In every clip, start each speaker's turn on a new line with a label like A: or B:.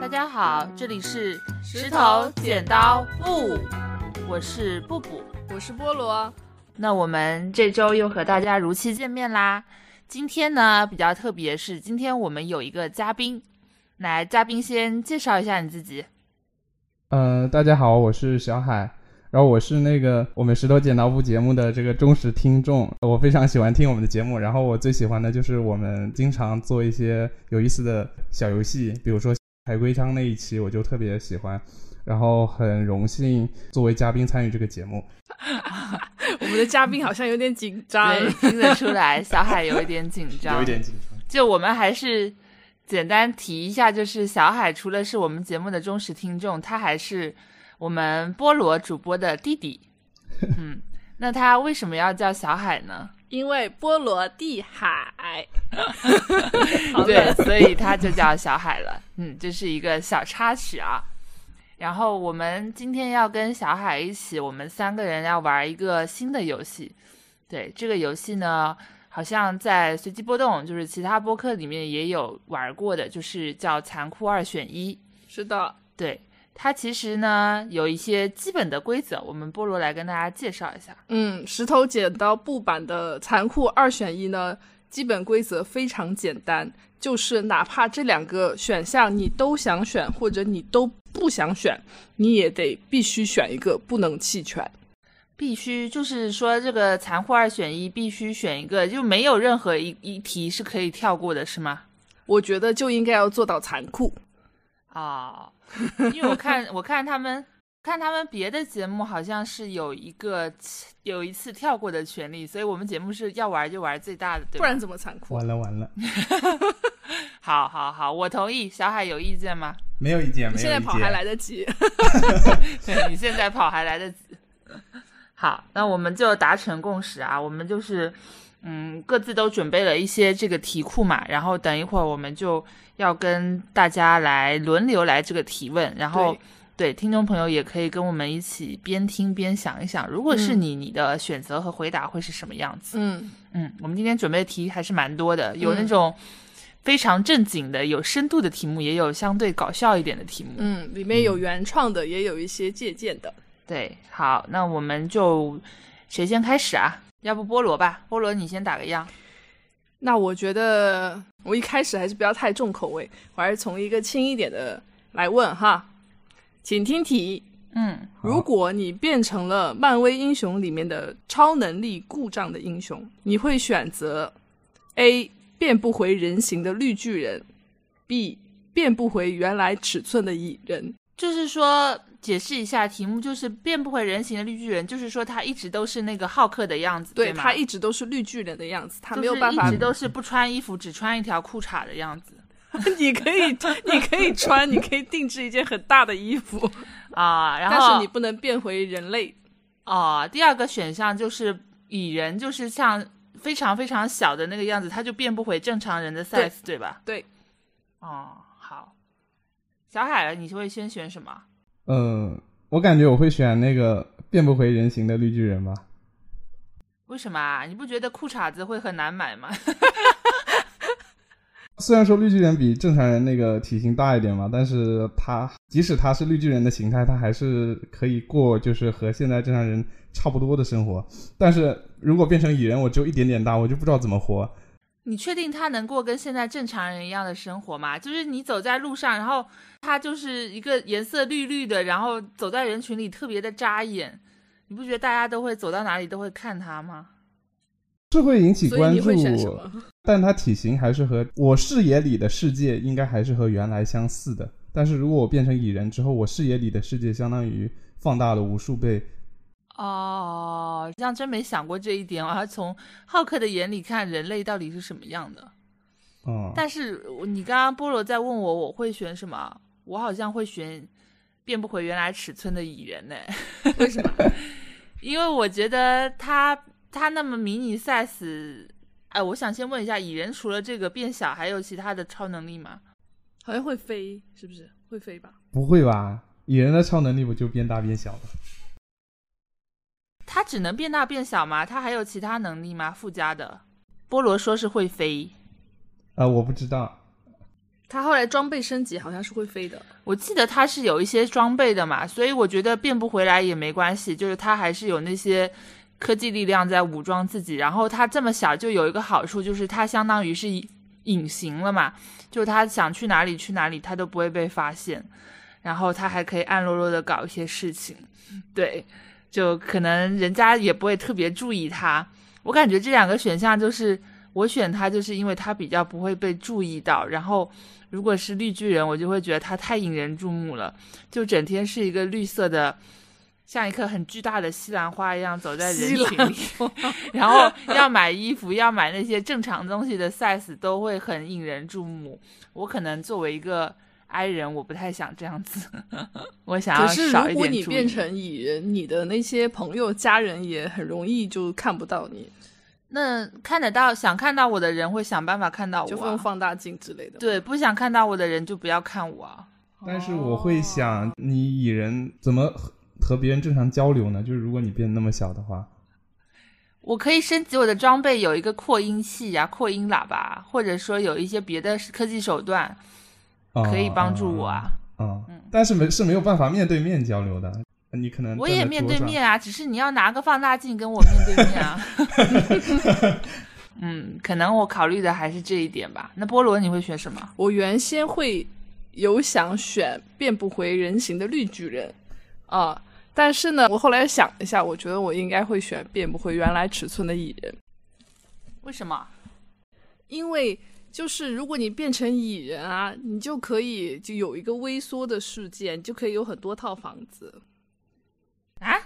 A: 大家好，这里是石头剪刀布，我是布布。
B: 我是菠萝，
A: 那我们这周又和大家如期见面啦。今天呢比较特别，是今天我们有一个嘉宾，来，嘉宾先介绍一下你自己。
C: 嗯、大家好，我是小海，然后我是那个我们石头剪刀布节目的这个忠实听众，我非常喜欢听我们的节目，然后我最喜欢的就是我们经常做一些有意思的小游戏，比如说海龟汤那一期我就特别喜欢，然后很荣幸作为嘉宾参与这个节目。
B: 我们的嘉宾好像有点紧张。
A: 对，听得出来，小海 有一点紧张，
C: 紧张。
A: 就我们还是简单提一下，就是小海除了是我们节目的忠实听众，他还是我们菠萝主播的弟弟。嗯，那他为什么要叫小海呢？
B: 因为菠萝地 海，好
A: 对
B: 冷，
A: 所以他就叫小海了。嗯，这是一个小插曲啊。然后我们今天要跟小海一起，我们三个人要玩一个新的游戏。对，这个游戏呢，好像在随机波动，就是其他播客里面也有玩过的，就是叫残酷二选一。
B: 是的，
A: 对，它其实呢有一些基本的规则，我们菠萝来跟大家介绍一下。
B: 嗯，石头剪刀布版的残酷二选一呢，基本规则非常简单，就是哪怕这两个选项你都想选，或者你都不想选，你也得必须选一个，不能弃权。
A: 必须就是说，这个残酷二选一，必须选一个，就没有任何一一题是可以跳过的，是吗？
B: 我觉得就应该要做到残酷。哦
A: 啊、 因为我看我看他们看他们别的节目好像是有一个有一次跳过的权利，所以我们节目是要玩就玩最大的，对
B: 不
A: 吧？
B: 然怎么残酷？
C: 完了完了，
A: 好好好，我同意。小海有意见吗？
C: 没有意见，
B: 你
C: 没
B: 现
C: 有
B: 在
C: 意
B: 跑还
C: 见。
B: 来得 及。
A: 对你现在跑还来得及。好，那我们就达成共识啊，我们就是，嗯，各自都准备了一些这个题库嘛，然后等一会儿我们就要跟大家来轮流来这个提问，然后
B: 对
A: 对听众朋友也可以跟我们一起边听边想一想，如果是你，你的选择和回答会是什么样子？
B: 嗯，
A: 嗯，我们今天准备的题还是蛮多的，有那
B: 嗯
A: 种非常正经的、有深度的题目，也有相对搞笑一点的题目。
B: 嗯，里面有原创的，也有一些借鉴的。
A: 对，好，那我们就谁先开始啊？要不菠萝吧，菠萝你先打个样。
B: 那我觉得我一开始还是不要太重口味，我还是从一个轻一点的来问哈。请听题：
A: 嗯，
C: 好
B: 如果你变成了漫威英雄里面的超能力故障的英雄，你会选择 A 变不回人形的绿巨人，B 变不回原来尺寸的蚁人。
A: 就是说解释一下题目，就是变不回人形的绿巨人，就是说他一直都是那个浩克的样子，
B: 对
A: 吗？
B: 他一直都是绿巨人的样子，他
A: 就是
B: 没有办法
A: 一直。都是不穿衣服，只穿一条裤衩的样子
B: 你可以，你可以穿，你可以定制一件很大的衣服，
A: 啊。然后，
B: 但是你不能变回人类。
A: 哦，第二个选项就是蚁人，就是像非常非常小的那个样子，他就变不回正常人的 size，
B: 对
A: 对吧？
B: 对。
A: 哦，好。小海，你会先选什么？
C: 嗯、我感觉我会选那个变不回人形的绿巨人吧。
A: 为什么啊？你不觉得裤衩子会很难买吗？
C: 虽然说绿巨人比正常人那个体型大一点嘛，但是他即使他是绿巨人的形态，他还是可以过就是和现在正常人差不多的生活。但是如果变成蚁人，我只有一点点大，我就不知道怎么活。
A: 你确定他能过跟现在正常人一样的生活吗？就是你走在路上，然后他就是一个颜色绿绿的，然后走在人群里特别的扎眼，你不觉得大家都会走到哪里都会看他吗？
C: 是会引起
B: 所以
C: 关
B: 你
C: 注
B: 会，选什么？
C: 但他体型还是和我视野里的世界应该还是和原来相似的。但是如果我变成蚁人之后，我视野里的世界相当于放大了无数倍。
A: 哦，这样真没想过这一点。我要从浩克的眼里看人类到底是什么样的。
C: 嗯，
A: 但是你刚刚菠萝在问我我会选什么，我好像会选变不回原来尺寸的蚁人呢。
B: 为什么？
A: 因为我觉得他他那么迷你 size，哎，我想先问一下，蚁人除了这个变小，还有其他的超能力吗？
B: 好像会飞，是不是？会飞吧？
C: 不会吧？蚁人的超能力不就变大变小吗？
A: 他只能变大变小吗？他还有其他能力吗？附加的？菠萝说是会飞，
C: 呃啊、我不知道。
B: 它后来装备升级好像是会飞的，
A: 我记得它是有一些装备的嘛，所以我觉得变不回来也没关系，就是它还是有那些科技力量在武装自己。然后它这么小就有一个好处，就是它相当于是隐隐形了嘛，就是它想去哪里去哪里，它都不会被发现。然后它还可以暗落落的搞一些事情，对，就可能人家也不会特别注意它。我感觉这两个选项就是我选它，就是因为它比较不会被注意到，然后。如果是绿巨人，我就会觉得他太引人注目了，就整天是一个绿色的，像一颗很巨大的西兰花一样走在人群里，然后要买衣服、要买那些正常东西的 size 都会很引人注目。我可能作为一个 i 人，我不太想这样子， 我想要
B: 可是
A: 少一点
B: 如果你
A: 注意
B: 变成蚁人，你的那些朋友、家人也很容易就看不到你，
A: 那看得到、想看到我的人会想办法看到
B: 就
A: 我啊、
B: 用放大镜之类的。，
A: 对，不想看到我的人就不要看我啊。
C: 但是我
B: 哦
C: 会想，你蚁人怎么和和别人正常交流呢？就是如果你变得那么小的话，
A: 我可以升级我的装备，有一个扩音器呀、扩音喇叭，或者说有一些别的科技手段
C: 啊
A: 可以帮助我啊。
C: 啊、但是没是没有办法面对面交流的，你可能
A: 我
C: 站
A: 也
C: 在
A: 面
C: 桌
A: 对
C: 上，
A: 面啊，只是你要拿个放大镜跟我面对面啊。 嗯，可能我考虑的还是这一点吧。那菠萝你会选什么？
B: 我原先会有想选变不回人形的绿巨人啊，但是呢，我后来想了一下，我觉得我应该会选变不回原来尺寸的蚁人。
A: 为什么？
B: 因为就是如果你变成蚁人啊，你就可以就有一个微缩的世界，你就可以有很多套房子。
A: 啊？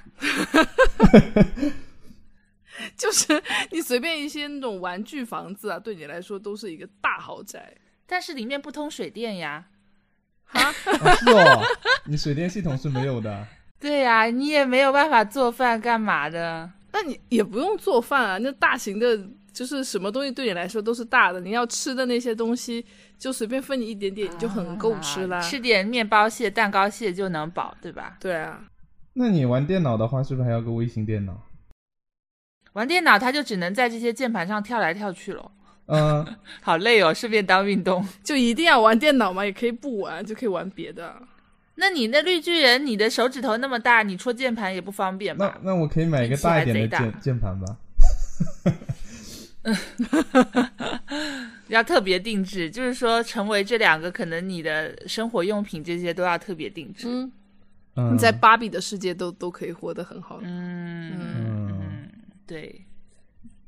B: 就是你随便一些那种玩具房子啊，对你来说都是一个大豪宅。
A: 但是里面不通水电呀。
C: 啊是哦，你水电系统是没有的。
A: 对呀、你也没有办法做饭干嘛的。
B: 那你也不用做饭啊，那大型的，就是什么东西对你来说都是大的。你要吃的那些东西，就随便分你一点点，你就很够吃啦。
A: 啊吃点面包屑、蛋糕屑就能饱，对吧？
B: 对啊，
C: 那你玩电脑的话，是不是还要个微型电脑？
A: 玩电脑它就只能在这些键盘上跳来跳去了。
C: 嗯、
A: 好累哦，顺便当运动。
B: 就一定要玩电脑嘛，也可以不玩，就可以玩别的。
A: 那你那绿巨人，你的手指头那么大，你戳键盘也不方便
C: 那
A: 吧？
C: 那我可以买一个大一点
A: 听
C: 的
A: 起来贼
C: 键
A: 大
C: 键盘吧？
A: 要特别定制，就是说成为这两个，可能你的生活用品这些都要特别定制。
B: 嗯，
C: 嗯，
B: 你在芭比的世界都都可以活得很好。
A: 嗯嗯，对，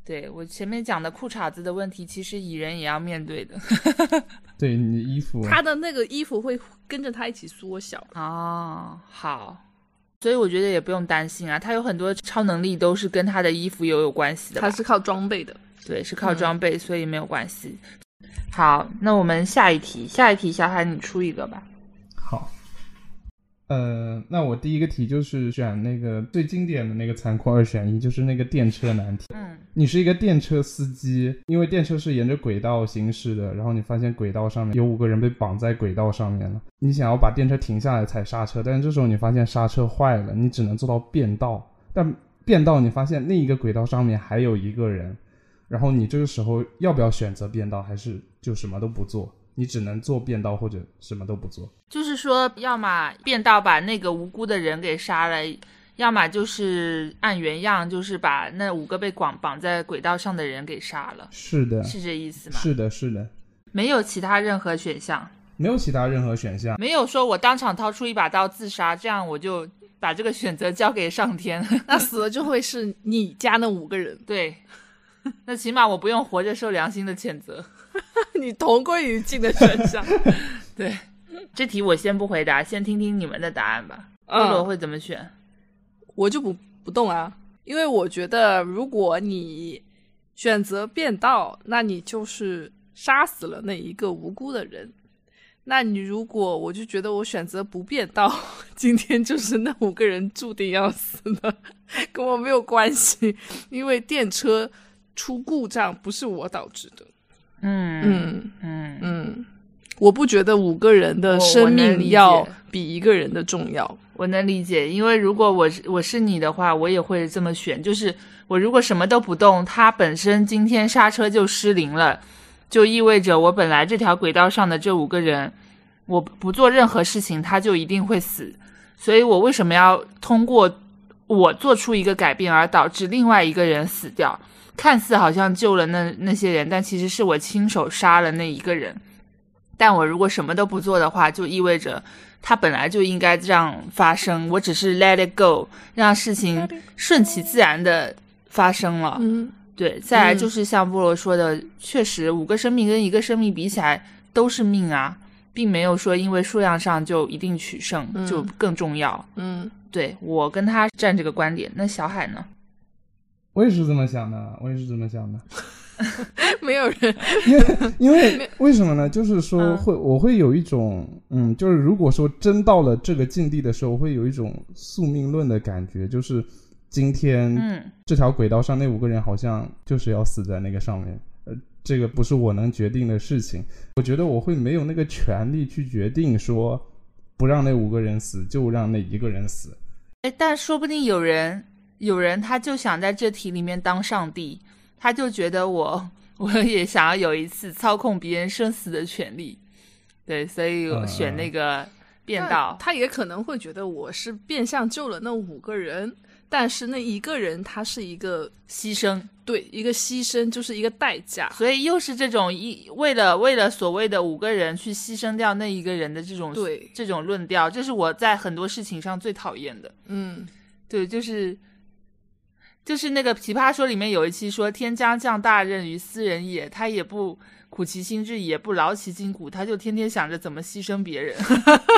A: 对我前面讲的裤衩子的问题，其实蚁人也要面对的。
C: 对你的衣服，
B: 他的那个衣服会跟着他一起缩小。
A: 哦，好，所以我觉得也不用担心啊，他有很多超能力都是跟他的衣服有有关系的吧。
B: 它是靠装备的。
A: 对，是靠装备，所以没有关系。好，那我们下一题，下一题，小海你出一个吧。
C: 好，呃，那我第一个题就是选那个最经典的那个残酷二选一，就是那个电车难题。
A: 嗯，
C: 你是一个电车司机，因为电车是沿着轨道行驶的，然后你发现轨道上面有五个人被绑在轨道上面了，你想要把电车停下来踩刹车，但是这时候你发现刹车坏了，你只能做到变道，但变道你发现另一个轨道上面还有一个人，然后你这个时候要不要选择变道，还是就什么都不做？你只能做变道或者什么都不做。
A: 就是说，要么变道把那个无辜的人给杀了，要么就是按原样，就是把那五个被绑绑在轨道上的人给杀了，
C: 是的，
A: 是这意思吗？
C: 是的，是的，
A: 没有其他任何选项，
C: 没有其他任何选项。
A: 没有说我当场掏出一把刀自杀，这样我就把这个选择交给上天。
B: 那死了就会是你家那五个人，
A: 对， 那起码我不用活着受良心的谴责。
B: 你同归于尽的选项。
A: 这题我先不回答，先听听你们的答案吧。菠萝
B: 嗯，
A: 会怎么选？
B: 我就不不动啊，因为我觉得如果你选择变道，那你就是杀死了那一个无辜的人。那你如果我就觉得我选择不变道， 今天就是那五个人注定要死的， 跟我没有关系，因为电车出故障不是我导致的。
A: 嗯
B: 嗯。
A: 嗯
B: 嗯，我不觉得五个人的
A: 我
B: 生
A: 我能理
B: 命
A: 解
B: 要比一个人的重要。
A: 我能理解，因为如果我是我是你的话，我也会这么选。就是我如果什么都不动，它本身今天刹车就失灵了，就意味着我本来这条轨道上的这五个人，我不做任何事情，他就一定会死。所以我为什么要通过我做出一个改变而导致另外一个人死掉？看似好像救了那那些人，但其实是我亲手杀了那一个人。但我如果什么都不做的话，就意味着它本来就应该这样发生。我只是 let it go，让事情
B: Let it
A: 顺其自然的发生了。
B: 嗯，
A: 对，再来
B: 嗯
A: 就是像菠萝说的，确实五个生命跟一个生命比起来都是命啊，并没有说因为数量上就一定取胜，
B: 嗯
A: 就更重要。
B: 嗯，
A: 对我跟他站这个观点，那小海呢？
C: 我也是这么想的，我也是这么想的。
B: 没有人，
C: 因为因 为为什么呢？就是
A: 嗯
C: 说会我会有一种嗯，就是如果说真到了这个境地的时候，我会有一种宿命论的感觉，就是今天
A: 嗯
C: 这条轨道上那五个人好像就是要死在那个上面，呃，这个不是我能决定的事情。我觉得我会没有那个权利去决定说不让那五个人死，就让那一个人死。
A: 哎，但说不定有人有人他就想在这题里面当上帝，他就觉得我我也想要有一次操控别人生死的权利，对，所以我选那个变道。
B: 他也可能会觉得我是变相救了那五个人，但是那一个人他是一个
A: 牺牲，
B: 对一个牺牲，就是一个代价。
A: 所以又是这种一为了为了所谓的五个人去牺牲掉那一个人的这种
B: 对
A: 这种论调，这是我在很多事情上最讨厌的。
B: 嗯，
A: 对，就是就是那个《奇葩说》里面有一期说“天将降大任于斯人也”，他也不苦其心志，也不劳其筋骨，他就天天想着怎么牺牲别人。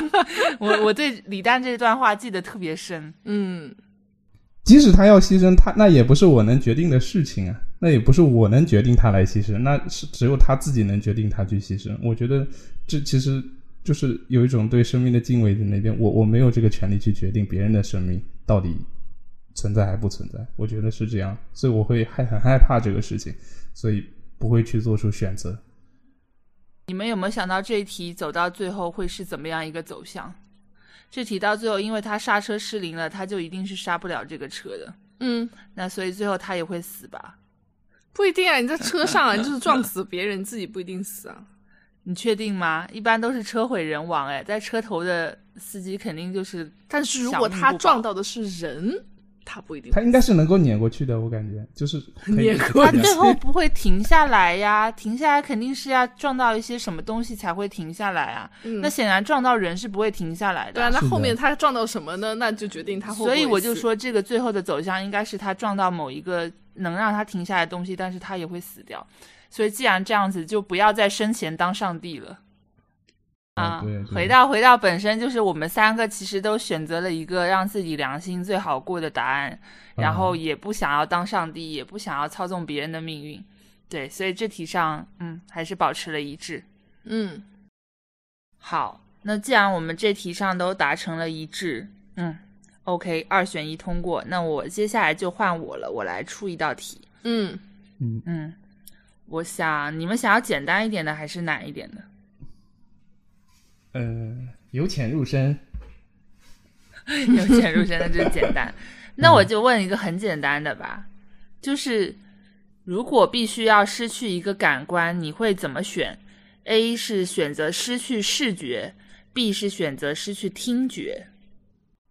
A: 我我对李诞这段话记得特别深。
B: 嗯，
C: 即使他要牺牲，他那也不是我能决定的事情啊，那也不是我能决定他来牺牲，那是只有他自己能决定他去牺牲。我觉得这其实就是有一种对生命的敬畏在那边，我我没有这个权利去决定别人的生命到底存在还不存在，我觉得是这样，所以我会害很害怕这个事情，所以不会去做出选择。
A: 你们有没有想到这一题走到最后会是怎么样一个走向？这题到最后，因为他刹车失灵了，他就一定是刹不了这个车的。
B: 嗯，
A: 那所以最后他也会死吧？
B: 不一定啊，你在车上啊，你就是撞死别人，你自己不一定死啊。
A: 你确定吗？一般都是车毁人亡，哎，在车头的司机肯定就是
B: 但是如
A: 小
B: 果
A: 命
B: 他
A: 不保
B: 撞到的是人，他不一定
C: 他应该是能够碾过去的，我感觉就是可以
B: 碾过
A: 他
B: 去
A: 最后不会停下来呀，停下来肯定是要撞到一些什么东西才会停下来啊。
B: 嗯
A: 那显然撞到人是不会停下来
B: 对啊，
A: 的，
B: 那
C: 是的
B: 后面他撞到什么呢？那就决定他会不会
A: 所以我就
B: 死，
A: 说这个最后的走向应该是他撞到某一个能让他停下来的东西，但是他也会死掉。所以既然这样子，就不要在生前当上帝了。啊
C: 啊，对，对
A: 回到回到本身，就是我们三个其实都选择了一个让自己良心最好过的答案，然后也不想要当上帝，也不想要操纵别人的命运，对，所以这题上，嗯，还是保持了一致。
B: 嗯
A: 好，那既然我们这题上都达成了一致，嗯，OK，二选一通过，那我接下来就换我了，我来出一道题，
B: 嗯，
C: 嗯，
A: 嗯，我想你们想要简单一点的还是难一点的？
C: 呃，由浅入深，
A: 由浅入深，那就是简单。那我就问一个很简单的吧，就是如果必须要失去一个感官，你会怎么选？A 是选择失去视觉，B 是选择失去听觉。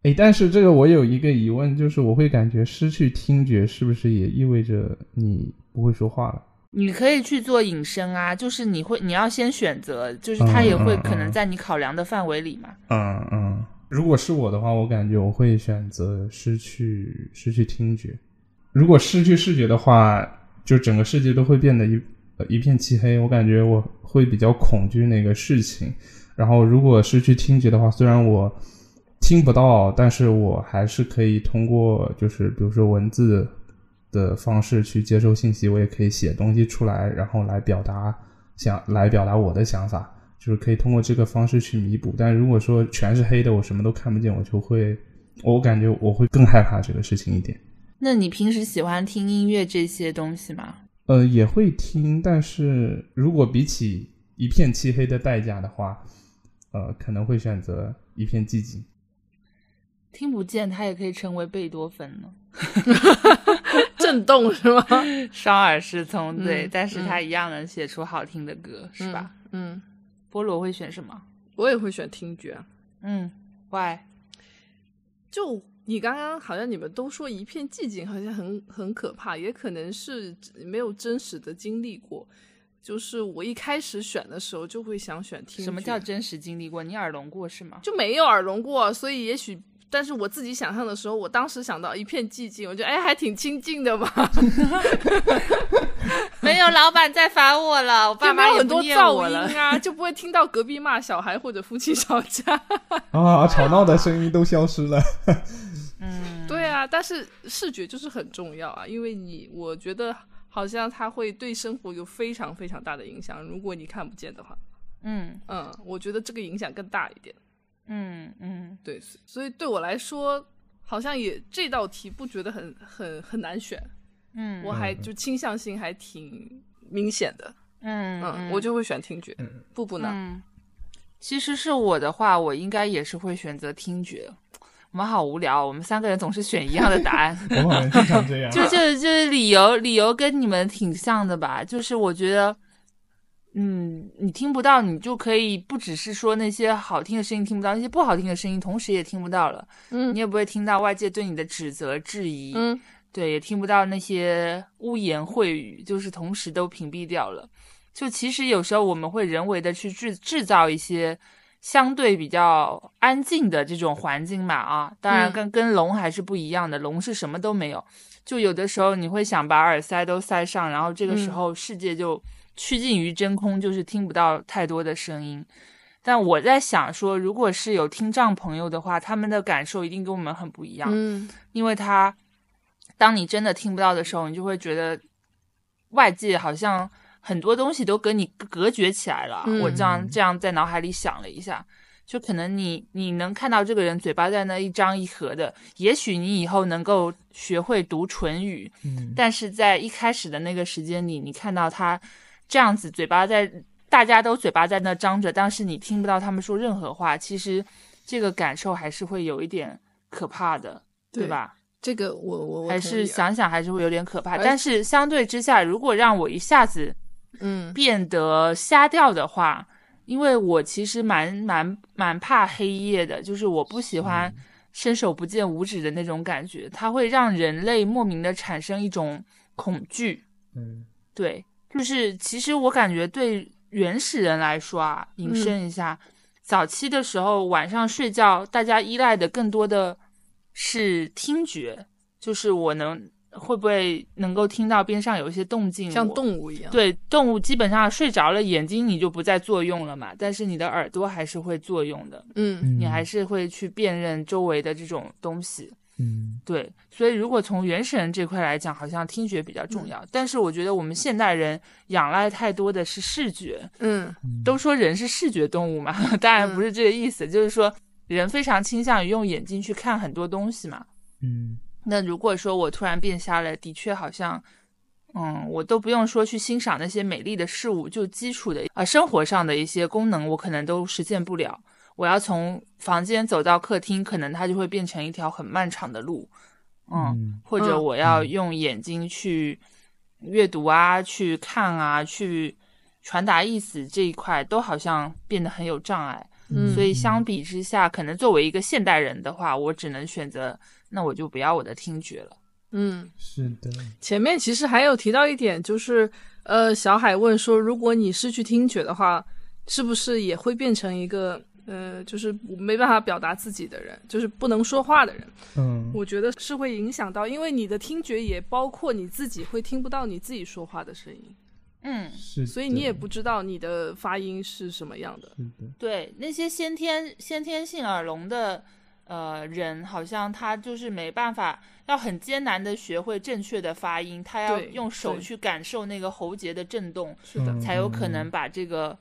C: 诶，哎但是这个我有一个疑问，就是我会感觉失去听觉是不是也意味着你不会说话了？
A: 你可以去做引申啊，就是你会你要先选择，就是它也
B: 嗯
A: 会可能在你考量的范围里嘛。
C: 嗯嗯，如果是我的话，我感觉我会选择失去失去听觉。如果失去视觉的话，就整个世界都会变得一呃一片漆黑。我感觉我会比较恐惧那个事情。然后，如果失去听觉的话，虽然我听不到，但是我还是可以通过就是比如说文字的方式去接收信息，我也可以写东西出来，然后来表达想来表达我的想法。就是可以通过这个方式去弥补。但如果说全是黑的，我什么都看不见，我就会，我感觉我会更害怕这个事情一点。
A: 那你平时喜欢听音乐这些东西吗？
C: 呃，也会听，但是如果比起一片漆黑的代价的话，呃，可能会选择一片寂静。
A: 听不见，它也可以成为贝多芬呢。
B: 震动是 吗？
A: 双耳失聪，对，
B: 嗯
A: 但是
B: 嗯
A: 他一样能写出好听的歌，是吧？
B: 嗯，
A: 菠萝会选什么？
B: 我也会选听觉。啊
A: 嗯，why？
B: 就你刚刚好像你们都说一片寂静，好像很很可怕，也可能是没有真实的经历过。就是我一开始选的时候就会想选听觉，
A: 什么叫真实经历过？你耳聋过是吗？
B: 就没有耳聋过，所以也许。但是我自己想象的时候，我当时想到一片寂静，我觉得哎还挺清静 的吧，
A: 没有，老板在烦我了，我
B: 就
A: 爸
B: 没
A: 妈
B: 有
A: 也
B: 很
A: 不
B: 多
A: 念
B: 噪
A: 我了。
B: 音啊，就不会听到隔壁骂小孩或者夫妻吵架。
C: 啊，吵闹的声音都消失了。
A: 嗯，
B: 对啊，但是视觉就是很重要啊，因为你我觉得好像它会对生活有非常非常大的影响，如果你看不见的话，
A: 嗯
B: 嗯，我觉得这个影响更大一点。
A: 嗯嗯，
B: 对，所以对我来说，好像也这道题不觉得很很很难选，
A: 嗯
B: 我还就倾向性还挺明显的，
A: 嗯
B: 嗯，我就会选听觉。步步呢？
A: 嗯，其实是我的话，我应该也是会选择听觉。我们好无聊，我们三个人总是选一样的答案。
C: 我们好像经常这 样。
A: 就就就是理由理由跟你们挺像的吧，就是我觉得，嗯，你听不到，你就可以不只是说那些好听的声音听不到，那些不好听的声音同时也听不到了，你
B: 嗯
A: 也不会听到外界对你的指责、质疑，
B: 嗯
A: 对，也听不到那些污言秽语，就是同时都屏蔽掉了。就其实有时候我们会人为的去制制造一些相对比较安静的这种环境嘛啊，当然
B: 嗯
A: 跟、跟聋还是不一样的，聋是什么都没有。就有的时候你会想把耳塞都塞上，然后这个时
B: 嗯
A: 候世界就趋近于真空，就是听不到太多的声音。但我在想说，如果是有听障朋友的话，他们的感受一定跟我们很不一样。
B: 嗯
A: 因为它，当你真的听不到的时候，你就会觉得外界好像很多东西都跟你隔绝起来了。啊
B: 嗯
A: 我这样这样在脑海里想了一下，就可能你你能看到这个人嘴巴在那一张一合的，也许你以后能够学会读唇语，
C: 嗯
A: 但是在一开始的那个时间里，你看到他这样子嘴巴在，大家都嘴巴在那张着，但是你听不到他们说任何话，其实这个感受还是会有一点可怕的，对
B: 对
A: 吧？
B: 这个我我我
A: 还
B: 同
A: 是
B: 意啊哎
A: 想想还是会有点可怕。
B: 而
A: 但是相对之下，如果让我一下子
B: 嗯
A: 变得瞎掉的话，因为我其实蛮蛮蛮怕黑夜的，就是我不喜欢
B: 嗯
A: 伸手不见五指的那种感觉，它会让人类莫名的产生一种恐惧。
C: 嗯
A: 对，就是其实我感觉对原始人来说啊，引申
B: 嗯
A: 一下，早期的时候晚上睡觉，大家依赖的更多的是听觉，就是我能会不会能够听到边上有一些动静，
B: 像
A: 我
B: 动物一样。
A: 对，动物基本上睡着了，眼睛你就不再作用了嘛，但是你的耳朵还是会作用的，
B: 嗯
C: 嗯
A: 你还是会去辨认周围的这种东西。
C: 嗯
A: 对，所以如果从原始人这块来讲，好像听觉比较重要，但是我觉得我们现代人仰赖太多的是视觉。
B: 嗯
A: 都说人是视觉动物嘛， 当然不是这个意思，就是说人非常倾向于用眼睛去看很多东西嘛。
C: 嗯
A: 那如果说我突然变瞎了，的确好像，嗯，我都不用说去欣赏那些美丽的事物，就基础的啊、呃生活上的一些功能，我可能都实现不了。我要从房间走到客厅，可能它就会变成一条很漫长的路，嗯，
C: 嗯
A: 或者
B: 嗯
A: 我要用眼睛去阅读啊、去看啊、去传达意思这一块，都好像变得很有障碍。
B: 嗯
A: 所以相比之下，可能作为一个现代人的话，我只能选择，那我就不要我的听觉了。
B: 嗯，
C: 是的，
B: 前面其实还有提到一点，就是呃，小海问说，如果你失去听觉的话，是不是也会变成一个呃，就是没办法表达自己的人，就是不能说话的人？
C: 嗯
B: 我觉得是会影响到，因为你的听觉也包括你自己会听不到你自己说话的声音，
A: 嗯，
C: 是的，
B: 所以你也不知道你的发音是什么样的。
C: 是的，
A: 对，那些先天先天性耳聋的呃人，好像他就是没办法，要很艰难的学会正确的发音，他要
B: 对
A: 用手
B: 对
A: 去感受那个喉结的震动，
B: 是的，
C: 嗯
A: 才有可能把这个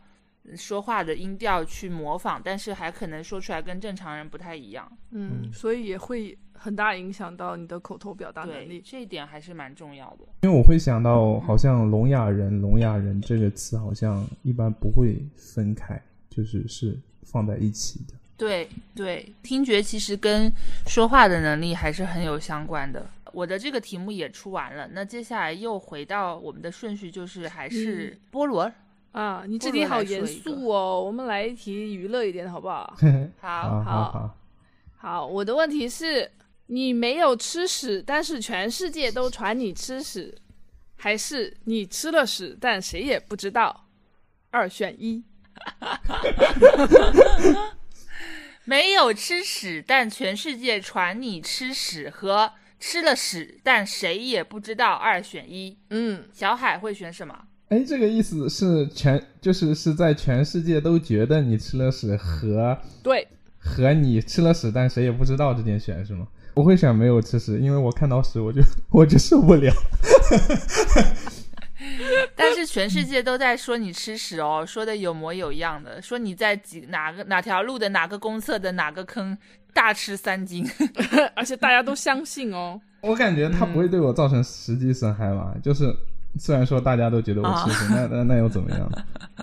A: 嗯说话的音调去模仿，但是还可能说出来跟正常人不太一样。
B: 嗯，
C: 嗯
B: 所以也会很大影响到你的口头表达能
A: 对，
B: 力。
A: 这一点还是蛮重要的。
C: 因为我会想到，好像聋哑人、聋哑人这个词，好像一般不会分开，就是是放在一起的。
A: 对对，听觉其实跟说话的能力还是很有相关的。我的这个题目也出完了，那接下来又回到我们的顺序，就是还是菠萝。
B: 啊，你这
A: 不如
B: 题好
A: 来说
B: 严
A: 一个
B: 肃哦，我们来一题娱乐一点的好不好？
A: 好，
C: 啊好好，
B: 好，我的问题是：你没有吃屎，但是全世界都传你吃屎，还是你吃了屎，但谁也不知道？二选一。
A: 没有吃屎，但全世界传你吃屎和吃了屎，但谁也不知道二选一。
B: 嗯，
A: 小海会选什么？
C: 哎，这个意思是全就是是在全世界都觉得你吃了屎和
B: 对，
C: 和你吃了屎但谁也不知道之间选是吗？我会选没有吃屎，因为我看到屎我就 我就受不了。
A: 但是全世界都在说你吃屎哦， 说的有模有样的，说你在几哪个哪条路的哪个公厕的哪个坑大吃三斤。
B: 而且大家都相信哦。
C: 我感觉它不会对我造成实际损害吧？就是虽然说大家都觉得我吃屎，那那那又怎么样？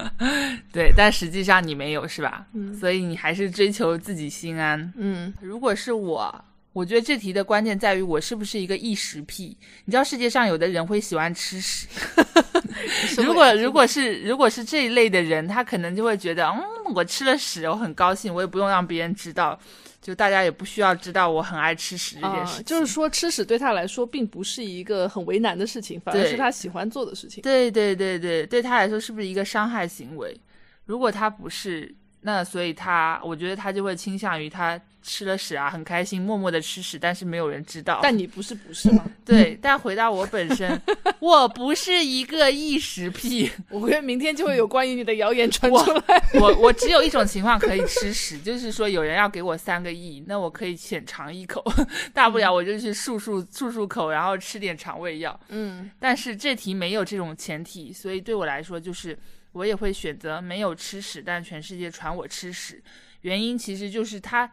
A: 对，但实际上你没有是吧？
B: 嗯
A: 所以你还是追求自己心安。
B: 嗯，
A: 如果是我，我觉得这题的关键在于我是不是一个异食癖。你知道世界上有的人会喜欢吃屎，如果如 果是如果是这一类的人，他可能就会觉得，嗯，我吃了屎，我很高兴，我也不用让别人知道，就大家也不需要知道我很爱吃屎这件
B: 啊
A: 事、情。
B: 就是说吃屎对他来说并不是一个很为难的事情，反而
A: 对
B: 是他喜欢做的事情。
A: 对对对对，对他来说是不是一个伤害行为？如果他不是，那所以他，我觉得他就会倾向于他吃了屎啊，很开心，默默的吃屎，但是没有人知道。
B: 但你不是不是吗？
A: 对，但回到我本身，我不是一个异食癖，
B: 我觉得明天就会有关于你的谣言传出来。
A: 我我只有一种情况可以吃屎，就是说有人要给我三个亿，那我可以浅尝一口， 大不了我就去漱漱漱漱口，然后吃点肠胃药。
B: 嗯
A: 但是这题没有这种前提，所以对我来说就是我也会选择没有吃屎，但全世界传我吃屎。原因其实就是它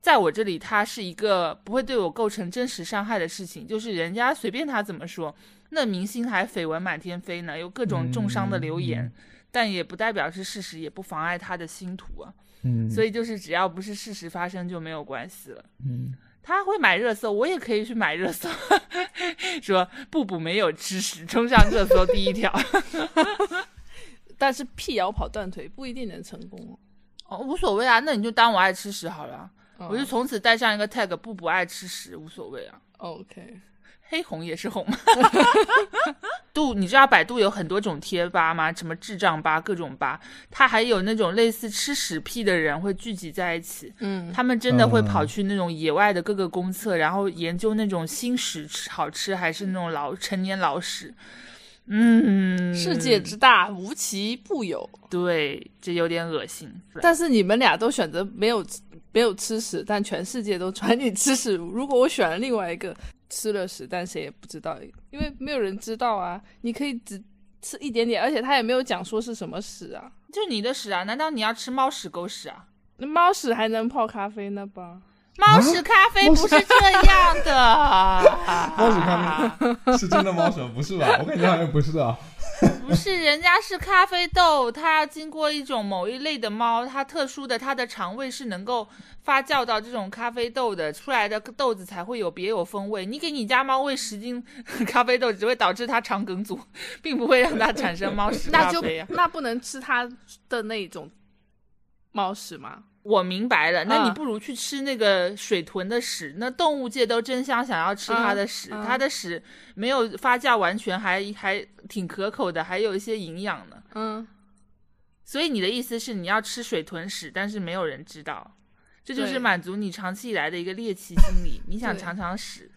A: 在我这里，它是一个不会对我构成真实伤害的事情，就是人家随便他怎么说，那明星还绯闻满天飞呢，有各种重伤的留言。
C: 嗯
A: 但也不代表是事实，也不妨碍他的星途啊。
C: 嗯，
A: 所
C: 以
A: 以就是只要不是事实发生就没有关系了。
C: 嗯，
A: 他会买热搜，我也可以去买热搜， 说布布没有吃屎，冲上热搜第一条。
B: 但是辟谣跑断腿不一定能成功哦。
A: 哦，无所谓啊，那你就当我爱吃屎好了，
B: 嗯
A: 我就从此带上一个 tag，布布爱吃屎，无所谓啊。
B: OK，
A: 黑红也是 红嘛。度，你知道百度有很多种贴吧吗？什么智障吧，各种吧，它还有那种类似吃屎屁的人会聚集在一起，
B: 嗯，
A: 他们真的会
C: 嗯
A: 跑去那种野外的各个公厕，然后研究那种新屎吃好吃还是那种老成年老屎。嗯，
B: 世界之大，无奇不有。
A: 对，这有点恶心。
B: 但是你们俩都选择没有没有吃屎，但全世界都传你吃屎。如果我选了另外一个吃了屎，但谁也不知道，因为没有人知道啊。你可以只吃一点点，而且他也没有讲说是什么屎啊。
A: 就你的屎啊？难道你要吃猫屎狗屎啊？
B: 那猫屎还能泡咖啡呢吧？
A: 猫屎咖啡不是这样的。
C: 猫屎咖 是真的猫手不是吧？ 我感觉好像不是啊。
A: 不是，人家是咖啡豆，它经过一种某一类的猫，它特殊的，它的肠胃是能够发酵到这种咖啡豆的，出来的豆子才会有别有风味。你给你家猫喂十斤咖啡豆，只会导致它肠梗阻，并不会让它产生猫屎
B: 那
A: 咖
B: 就
A: 啡啊呀、
B: 那不能吃它的那种猫屎吗？
A: 我明白了，那
B: 嗯
A: 你不如去吃那个水豚的屎，那动物界都争相想要吃它的屎，
B: 嗯嗯
A: 它的屎没有发酵完全还，还挺可口的，还有一些营养呢。
B: 嗯，
A: 所以你的意思是你要吃水豚屎，但是没有人知道，这就是
B: 对
A: 满足你长期以来的一个猎奇心 理。你想
B: 对
A: 尝尝屎，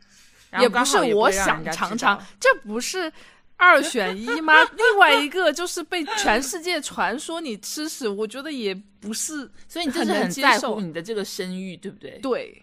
A: 然
B: 也
A: 后
B: 不
A: 刚
B: 是
A: 好也不
B: 我
A: 会让人
B: 想
A: 家
B: 尝
A: 知
B: 尝
A: 道，
B: 这不是二选 一吗？另外一个就是被全世界传说你吃屎，我觉得也不是
A: 所以你就
B: 很
A: 是
B: 难
A: 很
B: 接
A: 在
B: 受
A: 乎你的这个声誉，对不对？
B: 对。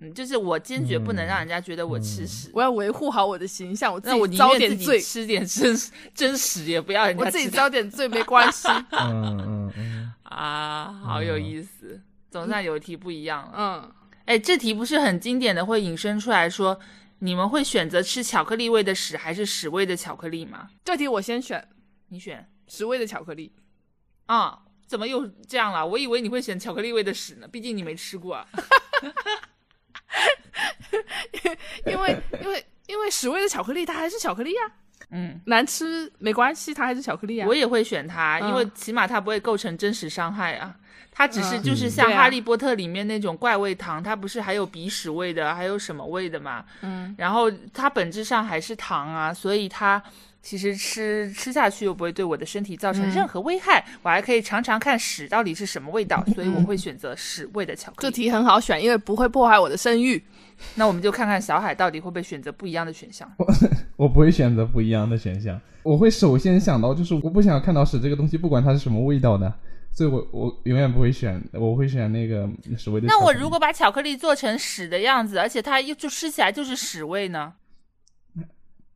A: 嗯，就是我坚决不能
C: 嗯
A: 让人家觉得我吃屎，
B: 我要维护好我的形象，嗯我自
A: 那我
B: 己
A: 宁
B: 遭
A: 愿自
B: 点
A: 己
B: 罪，
A: 吃点真真屎，也不要人
B: 我
A: 家
B: 自己
A: 知道
B: 遭点 罪没关系。
C: 嗯嗯嗯，
A: 啊，好有
C: 嗯
A: 意思。总算有一题不一样了。
B: 嗯，
A: 哎，这题不是很经典的会引申出来说，你们会选择吃巧克力味的屎还是屎味的巧克力吗？
B: 这题我先选
A: 你选。
B: 屎味的巧克力。
A: 啊、怎么又这样了？我以为你会选巧克力味的屎呢，毕竟你没吃过啊。
B: 因为因为屎味的巧克力它还是巧克力呀、
A: 嗯，
B: 难吃没关系，它还是巧克力啊呀、
A: 我也会选它，
B: 嗯
A: 因为起码它不会构成真实伤害啊。它只是就是
C: 嗯
A: 像
B: 对
A: 《
B: 啊
A: 哈利波特》里面那种怪味糖，它不是还有鼻屎味的，还有什么味的嘛？
B: 嗯，
A: 然后它本质上还是糖啊，所以它其实吃吃下去又不会对我的身体造成
B: 嗯
A: 任何危害，我还可以尝尝看屎到底是什么味道，所以我会选择屎味的巧克
B: 这
A: 力。
B: 题很好选，因为不会破坏我的声誉。
A: 那我们就看看小海到底会不会选择不一样的选项。
C: 我不会选择不一样的选项，我会首先想到就是我不想看到屎这个东西，不管它是什么味道的，所以我我永远不会选，我会选那个所谓的巧
A: 那
C: 克力。
A: 我如果把巧克力做成屎的样子，而且它又就吃起来就是屎味呢？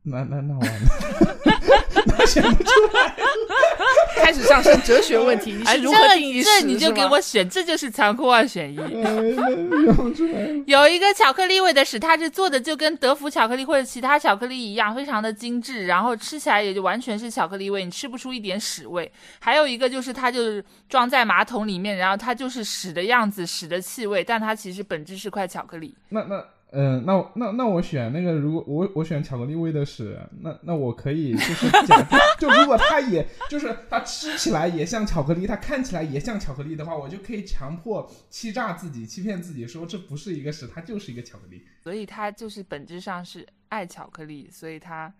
C: 那那 那完了，
B: 开始上升哲学问题，你
A: 哎，
B: 是如何定义屎？
A: 这这你就是
B: 吗
A: 给我选，这就是残酷二选一。
C: 哎想不出来了。
A: 有一个巧克力味的屎，它是做的就跟德芙巧克力或者其他巧克力一样，非常的精致，然后吃起来也就完全是巧克力味，你吃不出一点屎味。还有一个就是它就是装在马桶里面，然后它就是屎的样子，屎的气味，但它其实本质是块巧克力。
C: 那那嗯、那我那那我选那个，如果我我选巧克力味的屎，那那我可以就是 假就如果它也就是它吃起来也像巧克力，它看起来也像巧克力的话，我就可以强迫欺诈自己、欺骗自己说这不是一个屎，它就是一个巧克力。
A: 所以它就是本质上是爱巧克力，所以它，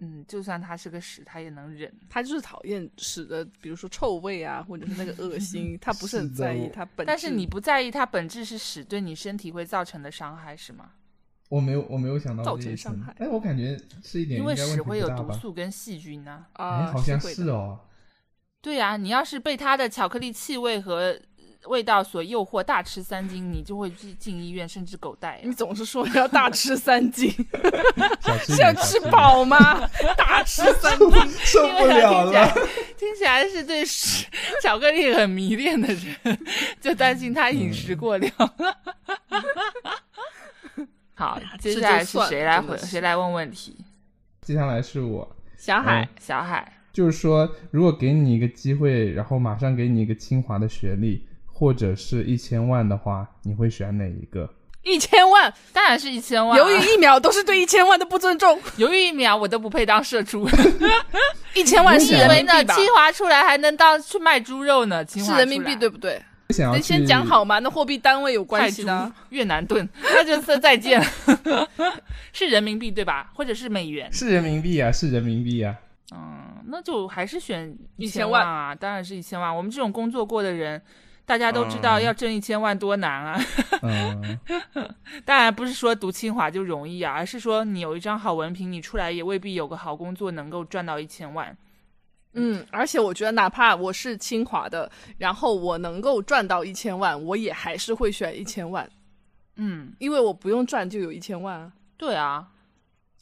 A: 嗯，就算它是个屎，它也能忍。
B: 他就是讨厌屎的，比如说臭味啊，或者是那个恶 心，他不是很
C: 是的
B: 在意
C: 我
B: 他本质。
A: 但是你不在意它本质是屎对你身体会造成的伤害是吗？
C: 我没有我没有想到
B: 造
C: 这
B: 成
C: 一层
B: 伤害
C: 哎，我感觉吃一点
A: 因
C: 应
A: 为
C: 该问
A: 屎
C: 题
A: 会
C: 不
A: 有
C: 大
A: 毒
C: 吧？
A: 素跟细菌呢、
C: 哎，
B: 啊，
C: 好像
B: 会的
C: 是哦。
A: 对呀、你要是被它的巧克力气味和味道所诱惑，大吃三惊，你就会去进医院，甚至狗带呀。
B: 你总是说要大吃三 斤，
C: 小 吃
B: 是要
C: 点
B: 吃，饱 吗？大吃三斤，
C: 受
A: 因
C: 不
A: 为
C: 了
A: 他听起来
C: 了。
A: 听起来是对食巧克力很迷恋的人，就担心他饮
C: 嗯
A: 食过量。 好，接下来是谁来
B: 这就算了真
A: 回
B: 的是
A: 谁来问问题？
C: 接下来是我，
B: 小
C: 海，
A: 小海，
C: 就是说，如果给你一个机会，然后马上给你一个清华的学历，或者是一千万的话，你会选哪一个？
B: 一千万，
A: 当然是一千万啊。
B: 犹豫一秒都是对一千万的不尊 重。
A: 犹豫一秒，我都不配当社 畜。
B: 一千万
A: 你
B: 是
A: 以
B: 人
A: 为
B: 民
A: 呢？
B: 币吧？
A: 清华出来还能当去卖猪肉呢？清华
B: 是人民
A: 出来
B: 币对不对？
C: 想要
B: 得先
C: 去
B: 讲好嘛，那货币单位有
A: 泰
B: 关系
A: 铢
B: 的。
A: 越南盾， 那就是再见， 是人民币对吧？或者是美元？
C: 是人民币啊，是人民币啊。
A: 嗯，那就还是选
B: 一
A: 千
B: 千
A: 万
B: 万
A: 啊，当然是一千万。我们这种工作过的人，大家都知道
C: 嗯
A: 要挣一千万多难啊。
C: 嗯，
A: 当然不是说读清华就容易啊，而是说你有一张好文凭，你出来也未必有个好工作能够赚到一千万。
B: 嗯，而且我觉得，哪怕我是清华的，然后我能够赚到一千万，我也还是会选一千万，
A: 嗯，
B: 因为我不用赚就有一千万啊。
A: 对啊，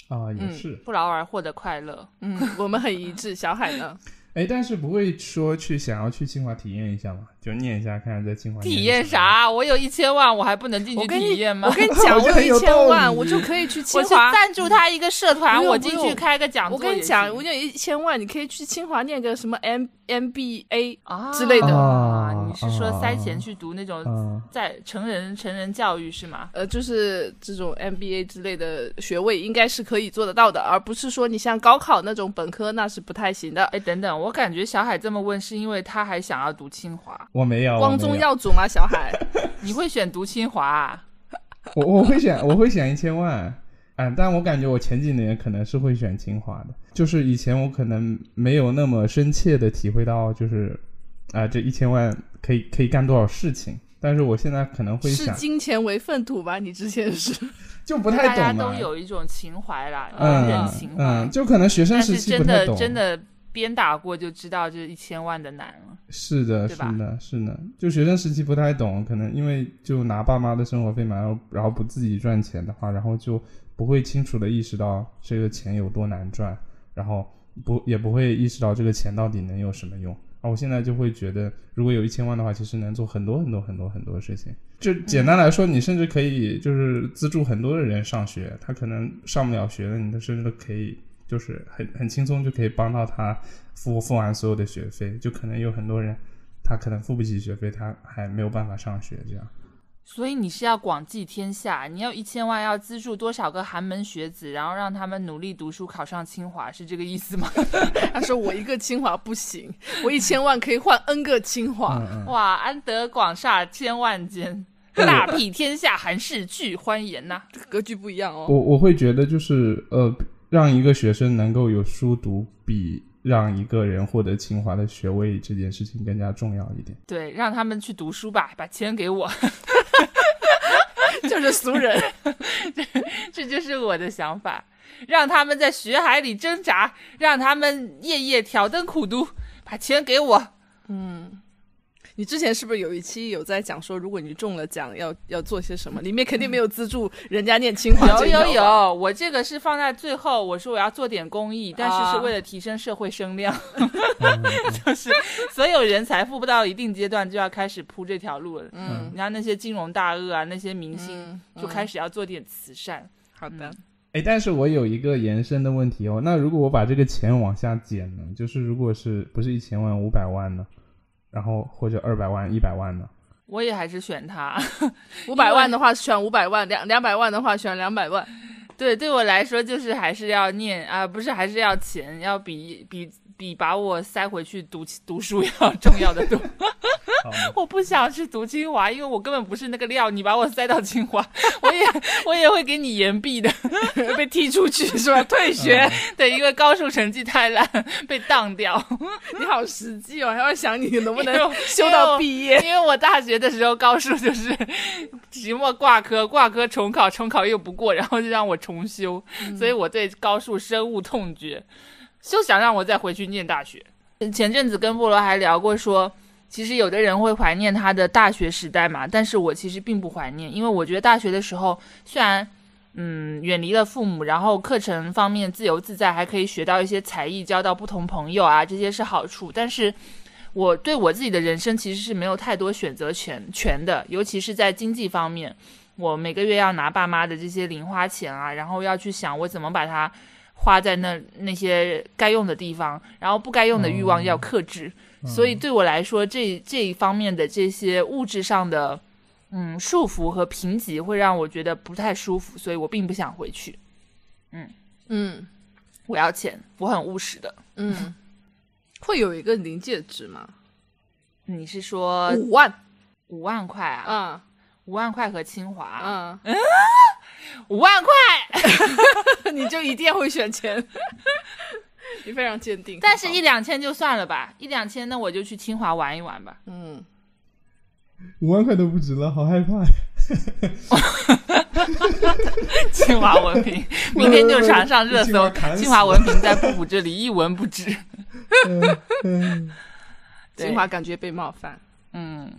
C: 啊，也
B: 嗯
C: 是。
A: 不劳而获的快乐。
B: 嗯， 我们很一致。小海 呢？
C: 哎，但是不会说去想要去清华体验一下吗？就念一下，看看在清华念
A: 体验
C: 什么？
A: 啥？我有一千万，我还不能进去
B: 我跟
A: 体
B: 你
A: 验吗
B: 我？跟你讲，
C: 我
B: 我
C: 觉得有
B: 一千
C: 道
B: 万，
C: 理
B: 我就可以去清
A: 我去
B: 华。
A: 赞助他一个社团，
B: 不用
A: 我进
B: 不
A: 去
B: 用
A: 开个讲座
B: 我
A: 也行。
B: 跟你讲，我有一千万，你可以去清华念个什么 M MBA，
A: 啊
B: 之类的
A: 啊
C: 啊
A: 你是说塞钱去读那种
C: 嗯，
A: 在成人成人教育是吗？
B: 呃，就是这种 MBA 之类的学位，应该是可以做得到的，而不是说你像高考那种本科，那是不太行的。
A: 哎，等等，我感觉小海这么问是因为他还想要读清华。
C: 我没有，
B: 光
C: 我哦没
B: 宗
C: 有
B: 耀祖吗，小海？
A: 你会选读清华、啊？
C: 我我会选我会选一千万，啊，但我感觉我前几年可能是会选清华的，就是以前我可能没有那么深切的体会到，就是啊、这一千万可以可以干多少事情，但是我现在可能 会
B: 视
C: 想，
B: 金钱为粪土吧？你之前是
C: 就不太
A: 大家
C: 懂
A: 都
C: 嘛，
A: 有一种情怀啦，
C: 嗯
A: 人情怀。
C: 嗯，就可能学生
A: 但
C: 时
A: 是
C: 期
A: 真
C: 不太
A: 的
C: 懂，
A: 真的鞭打过就知道这一千万的难了。
C: 是的，
A: 对
C: 是
A: 吧
C: 的，是的，就学生时期不太懂，可能因为就拿爸妈的生活费嘛，然后然后不自己赚钱的话，然后就不会清楚的意识到这个钱有多难赚，然后不也不会意识到这个钱到底能有什么用。啊，我现在就会觉得，如果有一千万的话，其实能做很多很多很多很多事情。就
A: 嗯
C: 简单来说，你甚至可以就是资助很多的人上学，他可能上不了学的，你的甚至都可以就是很很轻松就可以帮到他付付完所有的学费。就可能有很多人他可能付不起学费，他还没有办法上学，这样。
A: 所以你是要广济天下，你要一千万要资助多少个寒门学子，然后让他们努力读书，考上清华，是这个意思吗？
B: 他说我一个清华不行，我一千万可以换 N 个清华。
C: 嗯嗯，
A: 哇，安得广厦千万间，大庇天下寒士俱欢颜呐、
B: 这个格局不一样哦。
C: 我我会觉得就是呃，让一个学生能够有书读，比让一个人获得清华的学位这件事情更加重要一点。
A: 对，让他们去读书吧，把钱给我，
B: 就是俗人，
A: 这就是我的想法。让他们在学海里挣扎，让他们夜夜挑灯苦读，把钱给我。
B: 你之前是不是有一期有在讲说，如果你中了奖要要做些 什么？里面肯定没有资助人家念 清华
A: 有
B: 这一条吧，
A: 有有，我这个是放在最后，我说我要做点公益，但是
B: 啊
A: 是为了提升社会声量，
C: 嗯嗯嗯
A: 就是所有人财富不到一定阶段就要开始铺这条路了。
B: 嗯，
A: 你看那些金融大鳄啊，那些明星
B: 嗯，
A: 就开始要做点慈善。
B: 好的，
C: 哎，但是我有一个延伸的问题哦，那如果我把这个钱往下减呢？就是如果是不是一千万、五百万呢？然后或者二百万、一百万呢？
A: 我也还是选他，
B: 五百万的话选五百万，两两百万的话选两百万。
A: 对，对我来说就是还是要念啊、不是还是要钱，要比比比把我塞回去读读书 要重要的多。
C: 好
A: 我不想去读清华，因为我根本不是那个料。你把我塞到清华，我也我也会给你言毕的， 被踢出去是吧？退学，对，因为高数成绩太烂，被当掉。
B: 你好实际哦，还要想你能不能
A: 因为我
B: 修到毕业。
A: 因为我大学的时候高数就是期末挂科，挂科重考，重考又不过，然后就让我重修，所以我对高数深恶痛绝，就想让我再回去念大学。前阵子跟菠萝还聊过说。其实有的人会怀念他的大学时代嘛，但是我其实并不怀念，因为我觉得大学的时候虽然嗯远离了父母，然后课程方面自由自在，还可以学到一些才艺，交到不同朋友啊，这些是好处，但是我对我自己的人生其实是没有太多选择权权的，尤其是在经济方面，我每个月要拿爸妈的这些零花钱啊，然后要去想我怎么把它花在那那些该用的地方，然后不该用的欲望要克制。所
C: 嗯
A: 以对我来说，这这一方面的这些物质上的嗯束缚和贫瘠，会让我觉得不太舒服，所以我并不想回去。
B: 嗯
A: 我要钱，我很务实的。
B: 嗯，会有一个临界值吗？
A: 你是说
B: 五万
A: 五万块啊？
B: 啊
A: 五万块和清华啊？
B: 啊！
A: 五万块，
B: 你就一定会选 钱，你非常坚定。
A: 但是
B: 很
A: 一两千就算了吧，一两千那我就去清华玩一玩吧。
B: 好嗯，
C: 五万块都不值了，好害 怕呀！
A: 清华文凭，明天就查上热
C: 清华
A: 搜，
C: 砍死
A: 清华文凭在布谷这里一文不值。
C: 嗯
A: 对
B: 清华感觉被冒犯。
A: 嗯，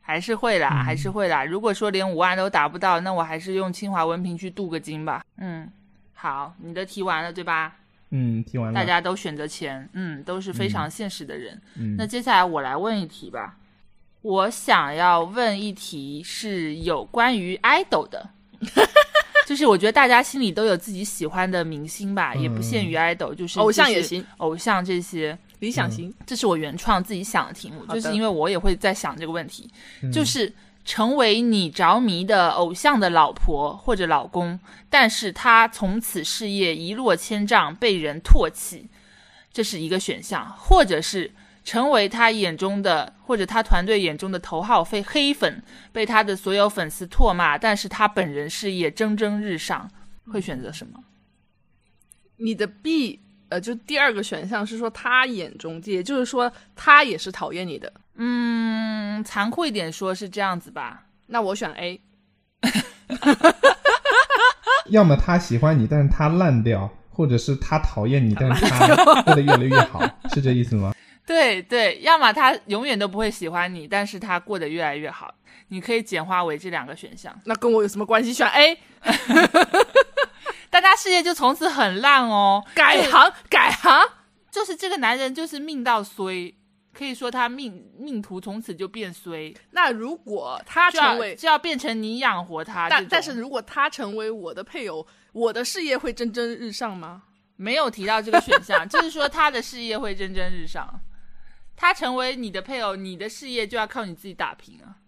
A: 还是会啦，还
C: 嗯
A: 是会啦。如果说连五万都达不到，那我还是用清华文凭去镀个金吧。嗯，好，你的题完了对吧？
C: 嗯，听完了，
A: 大家都选择钱，嗯，都是非常现实的人。
C: 嗯
A: 那接下来我来问一题吧，我想要问一题是有关于 idol 的， 就是我觉得大家心里都有自己喜欢的明星吧，也不限于
C: 嗯
A: idol，就是
B: 偶像也，
A: 就
B: 行
A: 是偶像这些，
B: 理想型，
A: 这是我原创自己想的题目，
B: 好
A: 就
B: 的
A: 是因为我也会在想这个问题，
C: 嗯
A: 就是。成为你着迷的偶像的老婆或者老公，但是他从此事业一落千丈，被人唾弃，这是一个选项；或者是成为他眼中的或者他团队眼中的头号非黑粉，被他的所有粉丝唾骂，但是他本人事业蒸蒸日上，会选择什么？
B: 你的 B 呃，就第二个选项是说他眼中，也就是说他也是讨厌你的。
A: 嗯，残酷一点说是这样子吧。
B: 那我选 A，
C: 要么他喜欢你，但是他烂掉，或者是他讨厌你，但是他过得越来越好， 是这意思吗？
A: 对对，要么他永远都不会喜欢你，但是他过得越来越好。你可以简化为这两个选项，
B: 那跟我有什么关系？选 A，
A: 但他事业就从此很烂哦。
B: 改行改行。
A: 就是这个男人就是命到衰，可以说他命命途从此就变衰，
B: 那如果他
A: 就
B: 成
A: 要
B: 为，
A: 就要变成你养活他这
B: 但
A: 种。
B: 但是如果他成为我的配偶，我的事业会蒸蒸日上吗？
A: 没有提到这个选项，就是说他的事业会蒸蒸日上。他成为你的配偶，你的事业就要靠你自己打拼啊。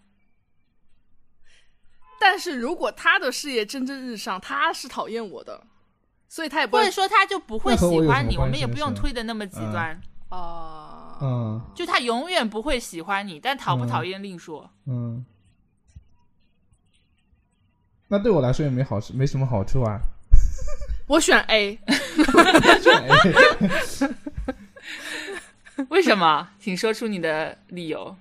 B: 但是如果他的事业蒸蒸日上，他是讨厌我的，所以他也不
A: 或
B: 会
A: 者说他就不会
C: 那和我
A: 喜
C: 有
A: 欢
C: 什么
A: 你，我
C: 关
A: 们
C: 系
A: 也
C: 呢
A: 不用
C: 是
A: 推的那么极
C: 嗯
A: 端，
B: 啊，
C: 嗯
A: 就他永远不会喜欢你，但讨不
C: 嗯
A: 讨厌另说。
C: 嗯，那对我来说也没好处，没什么好处 啊。
B: 我选 A，
A: 为什么？请说出你的理由。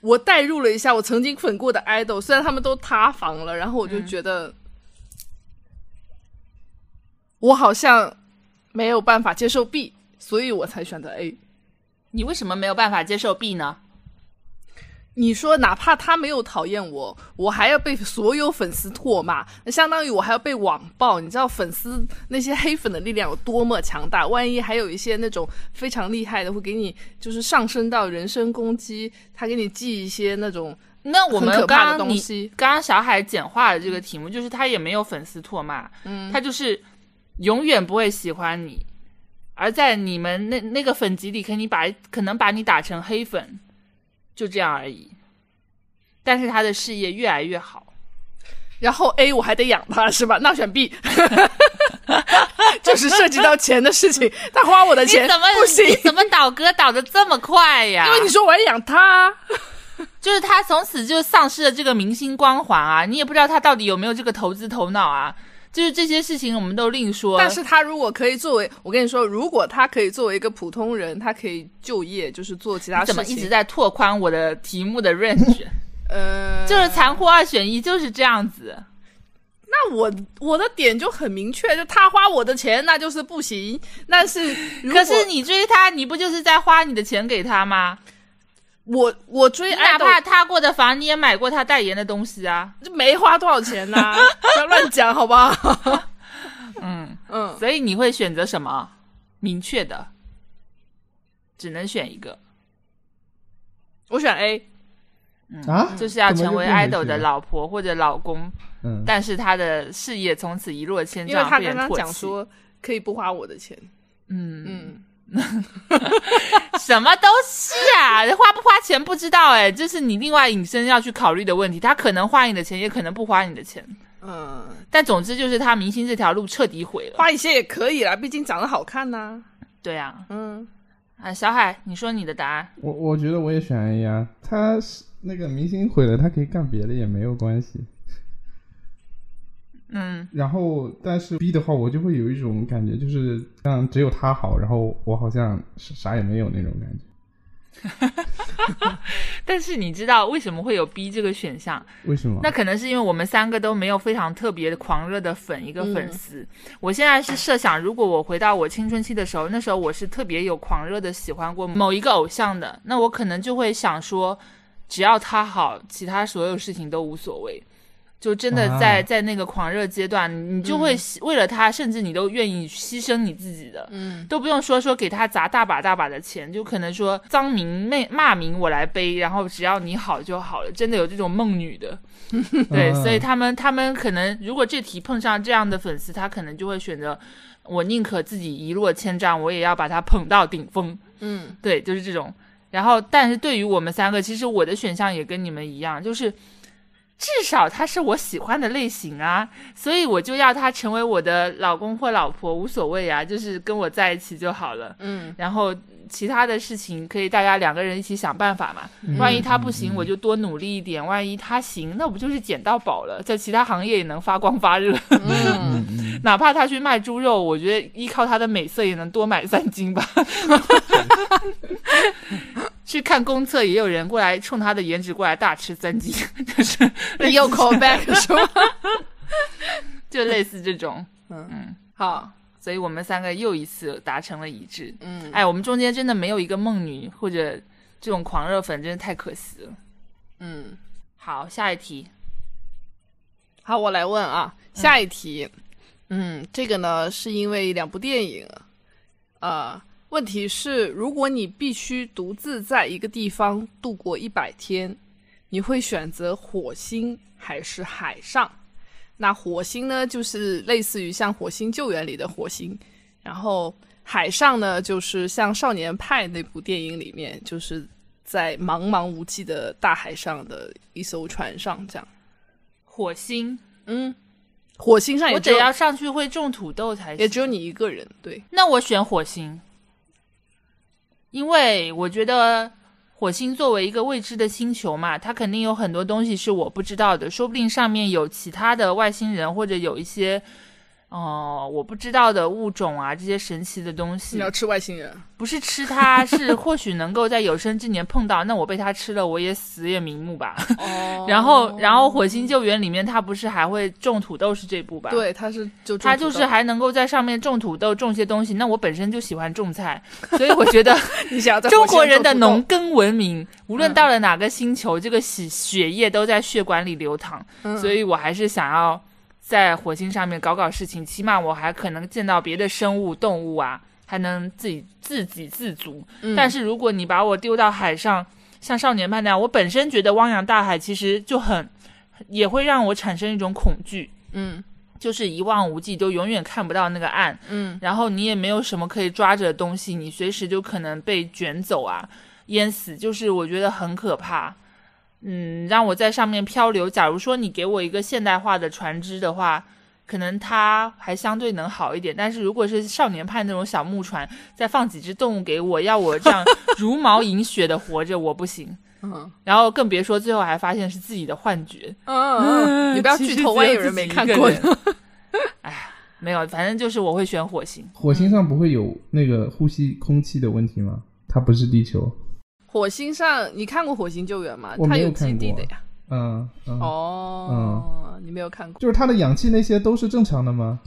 B: 我代入了一下我曾经粉过的 idol，虽然他们都塌房了，然后我就
A: 嗯
B: 觉得、我好像没有办法接受 B，所以我才选择 A。
A: 你为什么没有办法接受 B 呢？
B: 你说哪怕他没有讨厌我，我还要被所有粉丝唾骂，那相当于我还要被网暴。你知道粉丝那些黑粉的力量有多么强大？万一还有一些那种非常厉害的，会给你就是上升到人身攻击，他给你寄一些那种
A: 那我们
B: 很可怕的
A: 刚刚
B: 东
A: 你
B: 西
A: 刚刚小海简化了这个题目，就是他也没有粉丝唾骂，
B: 嗯，
A: 他就是永远不会喜欢你，而在你们那那个粉集里，可你把可能把你打成黑粉，就这样而已。但是他的事业越来越好，
B: 然后 A 我还得养他是吧？那选 B，就是涉及到钱的事情，他花我的
A: 你
B: 钱
A: 怎么
B: 不行，
A: 你怎么倒戈倒的这么快呀？
B: 因为你说我要养他，
A: 就是他从此就丧失了这个明星光环啊！你也不知道他到底有没有这个投资头脑啊！就是这些事情我们都另说，
B: 但是他如果可以作为，我跟你说，如果他可以作为一个普通人，他可以就业，就是做其他
A: 你
B: 事情。
A: 怎么一直在拓宽我的题目的 range？
B: 呃，
A: 就是残酷二选一就是这样子。
B: 那我我的点就很明确，就他花我的钱，那就是不行。但是如
A: 可
B: 果
A: 是你追他，你不就是在花你的钱给他吗？
B: 我我追
A: 你哪
B: idol
A: 怕他过的房，你也买过他代言的东西啊。
B: 就没花多少钱 呐、不要乱讲好不好？
A: 嗯，
B: 嗯，
A: 所以你会选择什么？明确的，只能选一个，
B: 我选 A，
A: 嗯
C: 啊，
B: 嗯
A: 就是要
C: 怎么
A: 成为
C: 就不能
A: idol 的
C: 选
A: 老婆或者老公。
C: 嗯，
A: 但是他的事业从此一落千
B: 因为
A: 丈，
B: 他
A: 被
B: 刚
A: 人
B: 刚
A: 唾
B: 讲
A: 弃，
B: 说可以不花我的钱。
A: 嗯嗯，
B: 嗯，
A: 什么都是啊，花不花钱不知道哎、这是你另外引申要去考虑的问题。他可能花你的钱，也可能不花你的钱，
B: 嗯，
A: 但总之就是他明星这条路彻底毁了。
B: 花一些也可以啦，毕竟长得好看呐、
A: 对啊，
B: 嗯，
A: 啊，小海，你说你的答案，
C: 我我觉得我也选 A 呀、他是那个明星毁了，他可以干别的也没有关系。
A: 嗯，
C: 然后，但是 B 的话，我就会有一种感觉，就是像只有他好，然后我好像是啥也没有那种感觉。
A: 但是你知道为什么会有 B 这个选项？
C: 为什么？
A: 那可能是因为我们三个都没有非常特别的狂热的粉一个粉丝。我现在是设想，如果我回到我青春期的时候，那时候我是特别有狂热的喜欢过某一个偶像的，那我可能就会想说，只要他好，其他所有事情都无所谓。就真的
C: 啊
A: 在、在那个狂热阶段，你就会牺为了他，甚至你都愿意牺牲你自己的。都不用说说给他砸大把大把的钱，就可能说脏名骂骂名我来背，然后只要你好就好了。真的有这种梦女的，
C: 嗯
A: 对，所以他们他们可能如果这题碰上这样的粉丝，他可能就会选择我宁可自己一落千丈，我也要把他捧到顶峰。
B: 嗯，
A: 对，就是这种。然后，但是对于我们三个，其实我的选项也跟你们一样，就是至少他是我喜欢的类型啊，所以我就要他成为我的老公或老婆，无所谓啊，就是跟我在一起就好了。
B: 嗯，
A: 然后其他的事情可以大家两个人一起想办法嘛。万一他不行，我就多努力一点；万一他行，那我不就是捡到宝了，在其他行业也能发光发热。
B: 嗯，
A: 哪怕他去卖猪肉，我觉得依靠他的美色也能多买三斤吧。 去看公厕也有人过来冲他的颜值过来大吃三斤， 就是类似
B: 又 call back 是吧？
A: 就类似这种，
B: 好，
A: 所以我们三个又一次达成了一致。
B: 嗯，
A: 哎，我们中间真的没有一个梦女或者这种狂热粉，真的太可惜了。
B: 嗯，
A: 好，下一题，
B: 好，我来问啊，下一题，嗯，这个呢是因为两部电影，呃，问题是如果你必须独自在一个地方度过一百天，你会选择火星还是海上？那火星呢，就是类似于像《火星救援》里的火星，然后海上呢，就是像《少年派》那部电影里面，就是在茫茫无际的大海上的一艘船上这样。
A: 火星，
B: 嗯，火星上也
A: 我
B: 只有
A: 得要上去会种土豆才行。
B: 也只有你一个人，对，
A: 那我选火星，因为我觉得火星作为一个未知的星球嘛，它肯定有很多东西是我不知道的，说不定上面有其他的外星人，或者有一些哦、呃我不知道的物种啊，这些神奇的东
B: 你
A: 西
B: 要。吃外星人，
A: 不是吃它，是或许能够在有生之年碰到。那我被它吃了，我也死也瞑目吧。
B: 哦
A: 然后，然后《火星救援》里面，它不是还会种土豆是这部吧？
B: 对，他是就
A: 他就是还能够在上面种土豆，种些东西。那我本身就喜欢种菜，所以我觉 得
B: 你想要在
A: 中
B: 火星
A: 国人的
B: 上种
A: 农耕文明，无论
B: 嗯
A: 到了哪个星球，这个血血液都在血管里流淌。
B: 土豆，
A: 所以我还是想要在火星上面搞搞事情，起码我还可能见到别的生物、动物啊，还能自己自给自足。
B: 嗯
A: 但是如果你把我丢到海上，像少年派那样，我本身觉得汪洋大海其实就很，也会让我产生一种恐惧。
B: 嗯
A: 就是一望无际，都永远看不到那个岸，
B: 嗯
A: 然后你也没有什么可以抓着的东西，你随时就可能被卷走啊，淹死，就是我觉得很可怕。嗯，让我在上面漂流。假如说你给我一个现代化的船只的话，可能它还相对能好一点。但是如果是少年派那种小木船，再放几只动物给我，要我这样茹毛饮血的活着，我不行。
B: 嗯
A: 然后更别说最后还发现是自己的幻觉。
B: 嗯，你不要
A: 其实
B: 剧透，
A: 只
B: 万一
A: 有
B: 有人
A: 自
B: 没
A: 己一
B: 看
A: 个
B: 过
A: 人
B: 呢。
A: 没有，反正就是我会选火星。
C: 火星上不会有那个呼吸空气的问题吗？它不是地球。
B: 火星上，你看过《火星救援》吗？
C: 我
B: 它
C: 没有
B: 有基
C: 看
B: 地
C: 过
B: 的呀。
C: 嗯嗯，
B: 哦，你没有看过。
C: 就是它的氧气那些都是正常的吗？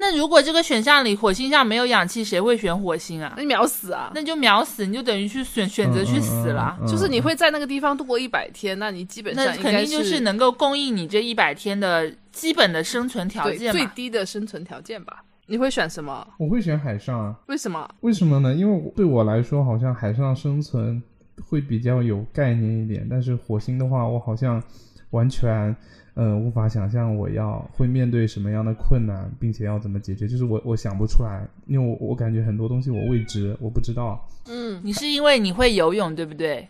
A: 那如果这个选项里火星上没有氧气，谁会选火星啊
B: 那？你秒死啊！
A: 那就秒死，你就等于去选选择去死了。
C: 嗯
B: 就是你会在那个地方度过一百天，那你基本
A: 那
B: 上应
A: 肯
B: 该
A: 定就是
B: 是
A: 能够供应你这一百天的基本的生存条
B: 对
A: 件
B: 最
A: 嘛。
B: 低的生存条件吧？你会选什么？
C: 我会选海上啊，
B: 为什么？
C: 为什么呢？因为我对我来说，好像海上生存会比较有概念一点，但是火星的话，我好像完全。呃，无法想象我要会面对什么样的困难，并且要怎么解决，就是我我想不出来，因为我我感觉很多东西我未知，我不知道。
B: 嗯，
A: 你是因为你会游泳，对不对？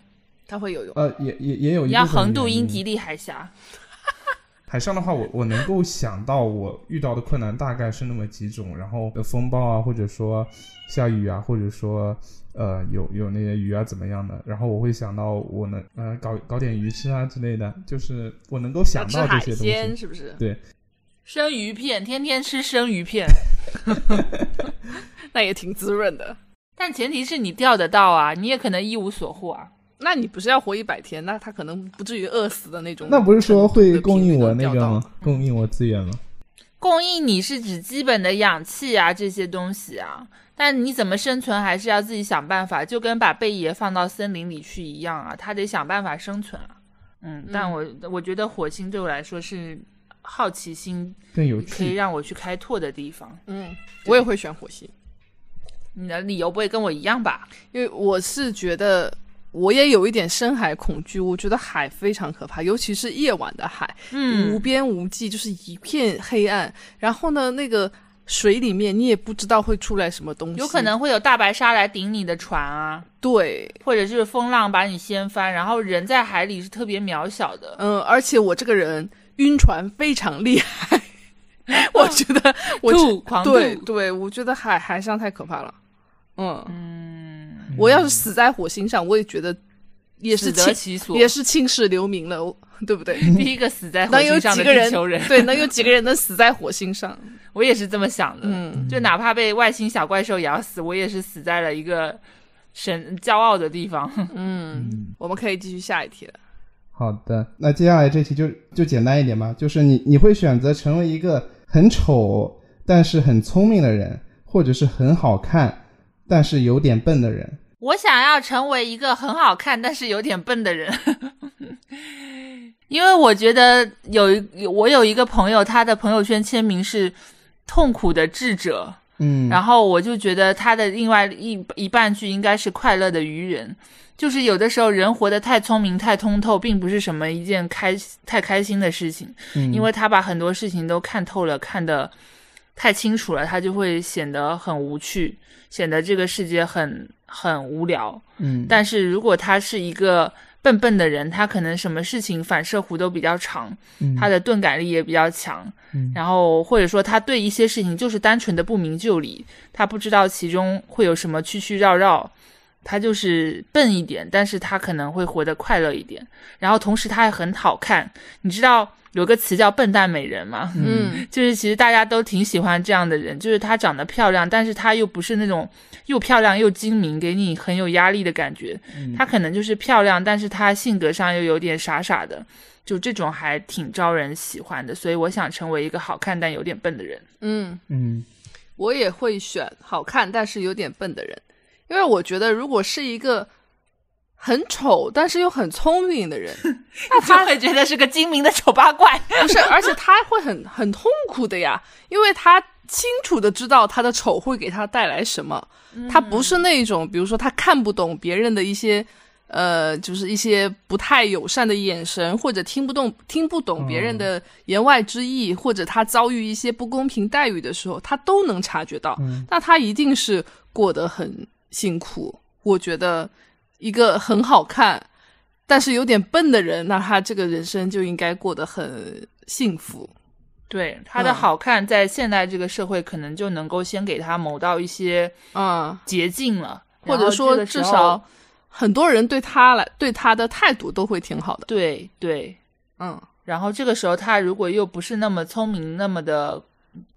B: 他会游泳。
C: 呃，也也也有一
A: 你要
C: 部分
A: 横渡
C: 原因
A: 英吉利海峡，
C: 海上的话，我我能够想到我遇到的困难大概是那么几种，然后呃风暴啊，或者说下雨啊，或者说呃有有那些鱼啊怎么样的，然后我会想到我能呃搞搞点鱼吃啊之类的，就是我能够
B: 要
C: 想
B: 吃
C: 到这
B: 海
C: 些东
B: 鲜
C: 西。
B: 是不是？
A: 生鱼片，天天吃生鱼片，
B: 那也挺滋润的。
A: 但前提是你钓得到啊，你也可能一无所获啊。
B: 那你不是要活一百天？那他可能不至于饿死的那种。
C: 那不是说会供应我
B: 那
C: 那个吗？供应我资源吗？
A: 供应你是指基本的氧气啊这些东西啊，但你怎么生存还是要自己想办法，就跟把贝爷放到森林里去一样啊，他得想办法生存啊。嗯，但我我觉得火星对我来说是好奇心
C: 更有
A: 可以
C: 趣。
A: 让我去开拓的地方。
B: 嗯，我也会选火星，
A: 你的理由不会跟我一样吧？
B: 因为我是觉得我也有一点深海恐惧。我觉得海非常可怕，尤其是夜晚的海，无
A: 嗯，
B: 边无际，就是一片黑暗。然后呢，那个水里面你也不知道会出来什么东西，
A: 有可能会有大白鲨来顶你的船啊，
B: 对。
A: 或者就是风浪把你掀翻，然后人在海里是特别渺小的。
B: 嗯，而且我这个人晕船非常厉害， 我觉得我
A: 吐
B: 这
A: 狂
B: 对
A: 吐
B: 对，我觉得海海上太可怕了。嗯，
A: 嗯，
B: 我要是死在火星上，我也觉得也是
A: 死得
B: 青
A: 其所，
B: 也是青史留名了，我对不对？
A: 第一个死在 火
B: 能有
A: 星上
B: 几
A: 的
B: 个
A: 地
B: 人
A: 球人。
B: 对，能有几个人能死在火星 上？
A: 我也是这么想的，
B: 嗯，
A: 就哪怕被外星小怪兽咬死，我也是死在了一个神骄傲的地方。
C: 嗯，
B: 我们可以继续下一题了。
C: 好的，那接下来这题就就简单一点吧，就是你你会选择成为一个很丑但是很聪明的人，或者是很好看但是有点笨的人。
A: 我想要成为一个很好看但是有点笨的人， 因为我觉得有一我有一个朋友，他的朋友圈签名是“痛苦的智者”，
C: 嗯，
A: 然后我就觉得他的另外一一半句应该是快乐的愚人，就是有的时候人活得太聪明、太通透，并不是什么一件开太开心的事情，
C: 嗯
A: 因为他把很多事情都看透了，看得太清楚了，他就会显得很无趣，显得这个世界很很无聊。
C: 嗯，
A: 但是如果他是一个笨笨的人，他可能什么事情反射弧都比较长，
C: 嗯
A: 他的钝感力也比较强，
C: 嗯
A: 然后或者说他对一些事情就是单纯的不明就里，他不知道其中会有什么曲曲绕绕，他就是笨一点，但是他可能会活得快乐一点，然后同时他也很好看，你知道有个词叫笨蛋美人吗？
B: 嗯
A: 就是其实大家都挺喜欢这样的人，就是她长得漂亮，但是她又不是那种又漂亮又精明，给你很有压力的感觉。
B: 嗯
A: 她可能就是漂亮，但是她性格上又有点傻傻的，就这种还挺招人喜欢的。所以我想成为一个好看但有点笨的 人。
B: 嗯，
C: 嗯
B: 我也会选好看但是有点笨的人，因为我觉得如果是一个很丑但是又很聪明的人，
A: 那他会觉得是个精明的丑八怪。
B: 不是，而且他会很很痛苦的呀，因为他清楚的知道他的丑会给他带来什么。他不是那种，比如说他看不懂别人的一些，呃，就是一些不太友善的眼神，或者听不懂听不懂别人的言外之意，或者他遭遇一些不公平待遇的时候，他都能察觉到。
C: 嗯
B: 那他一定是过得很辛苦。我觉得一个很好看，但是有点笨的人，那他这个人生就应该过得很幸福。
A: 对她的
B: 嗯
A: 好看，在现代这个社会，可能就能够先给她谋到一些
B: 啊、
A: 捷径了，
B: 或
A: 然
B: 者
A: 后这
B: 说
A: 个时
B: 至
A: 候
B: 少很多人对他来对他的态度都会挺好的。
A: 对对，
B: 嗯
A: 然后这个时候，他如果又不是那么聪明，那么的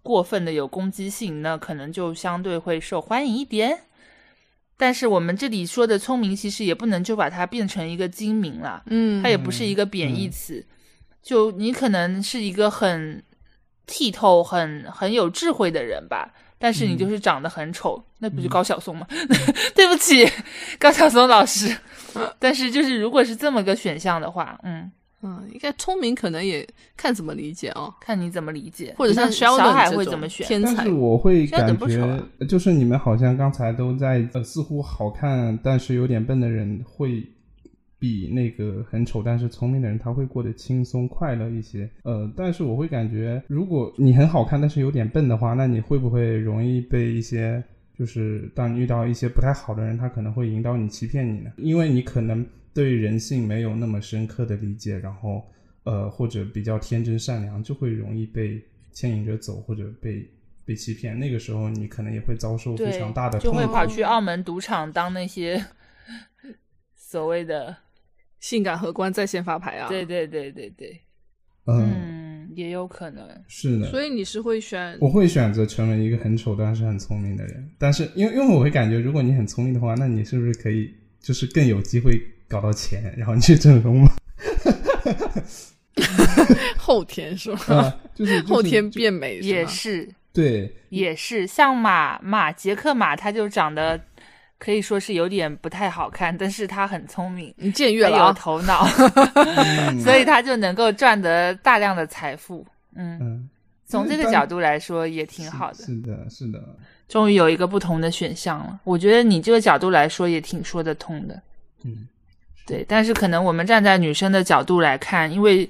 A: 过分的有攻击性，那可能就相对会受欢迎一点。但是我们这里说的聪明，其实也不能就把它变成一个精明了，
B: 嗯
A: 它也不是一个贬义词。就你可能是一个很剔透、很很有智慧的人吧，但是你
C: 嗯
A: 就是长得很丑，那不就高晓松吗？ 对不起，高晓松老师。 但是就是如果是这么个选项的话，嗯。
B: 嗯，应该聪明可能也看怎么理解啊、
A: 看你怎么理解，
B: 或者像
A: 像
B: Sheldon
A: 小海
B: 这
A: 会
B: 种
A: 怎么选？
B: 天
C: 但
B: 才
C: 是，我会
A: 现在
C: 感
A: 等不成
C: 觉
A: 了，
C: 就是你们好像刚才都在，呃，似乎好看但是有点笨的人，会比那个很丑但是聪明的人，他会过得轻松快乐一些。呃，但是我会感觉，如果你很好看但是有点笨的话，那你会不会容易被一些？就是当你遇到一些不太好的人，他可能会引导你、欺骗你呢，因为你可能对人性没有那么深刻的理解，然后呃，或者比较天真善良，就会容易被牵引着走，或者被被欺骗。那个时候，你可能也会遭受非常大的
A: 就
C: 痛
A: 会
C: 苦。
A: 跑去澳门赌场当那些 所谓的，
B: 性感荷官在线发牌啊。
A: 对，对对对对，
C: 嗯，
A: 嗯，也有可能。
C: 是的。
B: 所以你是会选
C: 我会选择成为一个很丑但是很聪明的人，但是因为因为我会感觉，如果你很聪明的话，那你是不是可以就是更有机会搞到钱，然后你去整容嘛？
B: 后天是吧？
C: 啊，就是、就是、
B: 后天变美
A: 也
B: 吗
A: 是
C: 对，
A: 也是，像马马杰克马，他就长得可以说是有点不太好看，但是他很聪明，
B: 你僭越
A: 他
B: 了
A: 有
B: 啊！
A: 头 脑，
C: 嗯
A: 所以他就能够赚得大量的财富。嗯，
C: 嗯，
A: 从这个角度来说也挺好的。
C: 是的，是的，
A: 终于有一个不同的选项了。我觉得你这个角度来说也挺说得通的。
C: 嗯，
A: 对，但是可能我们站在女生的角度来看，因为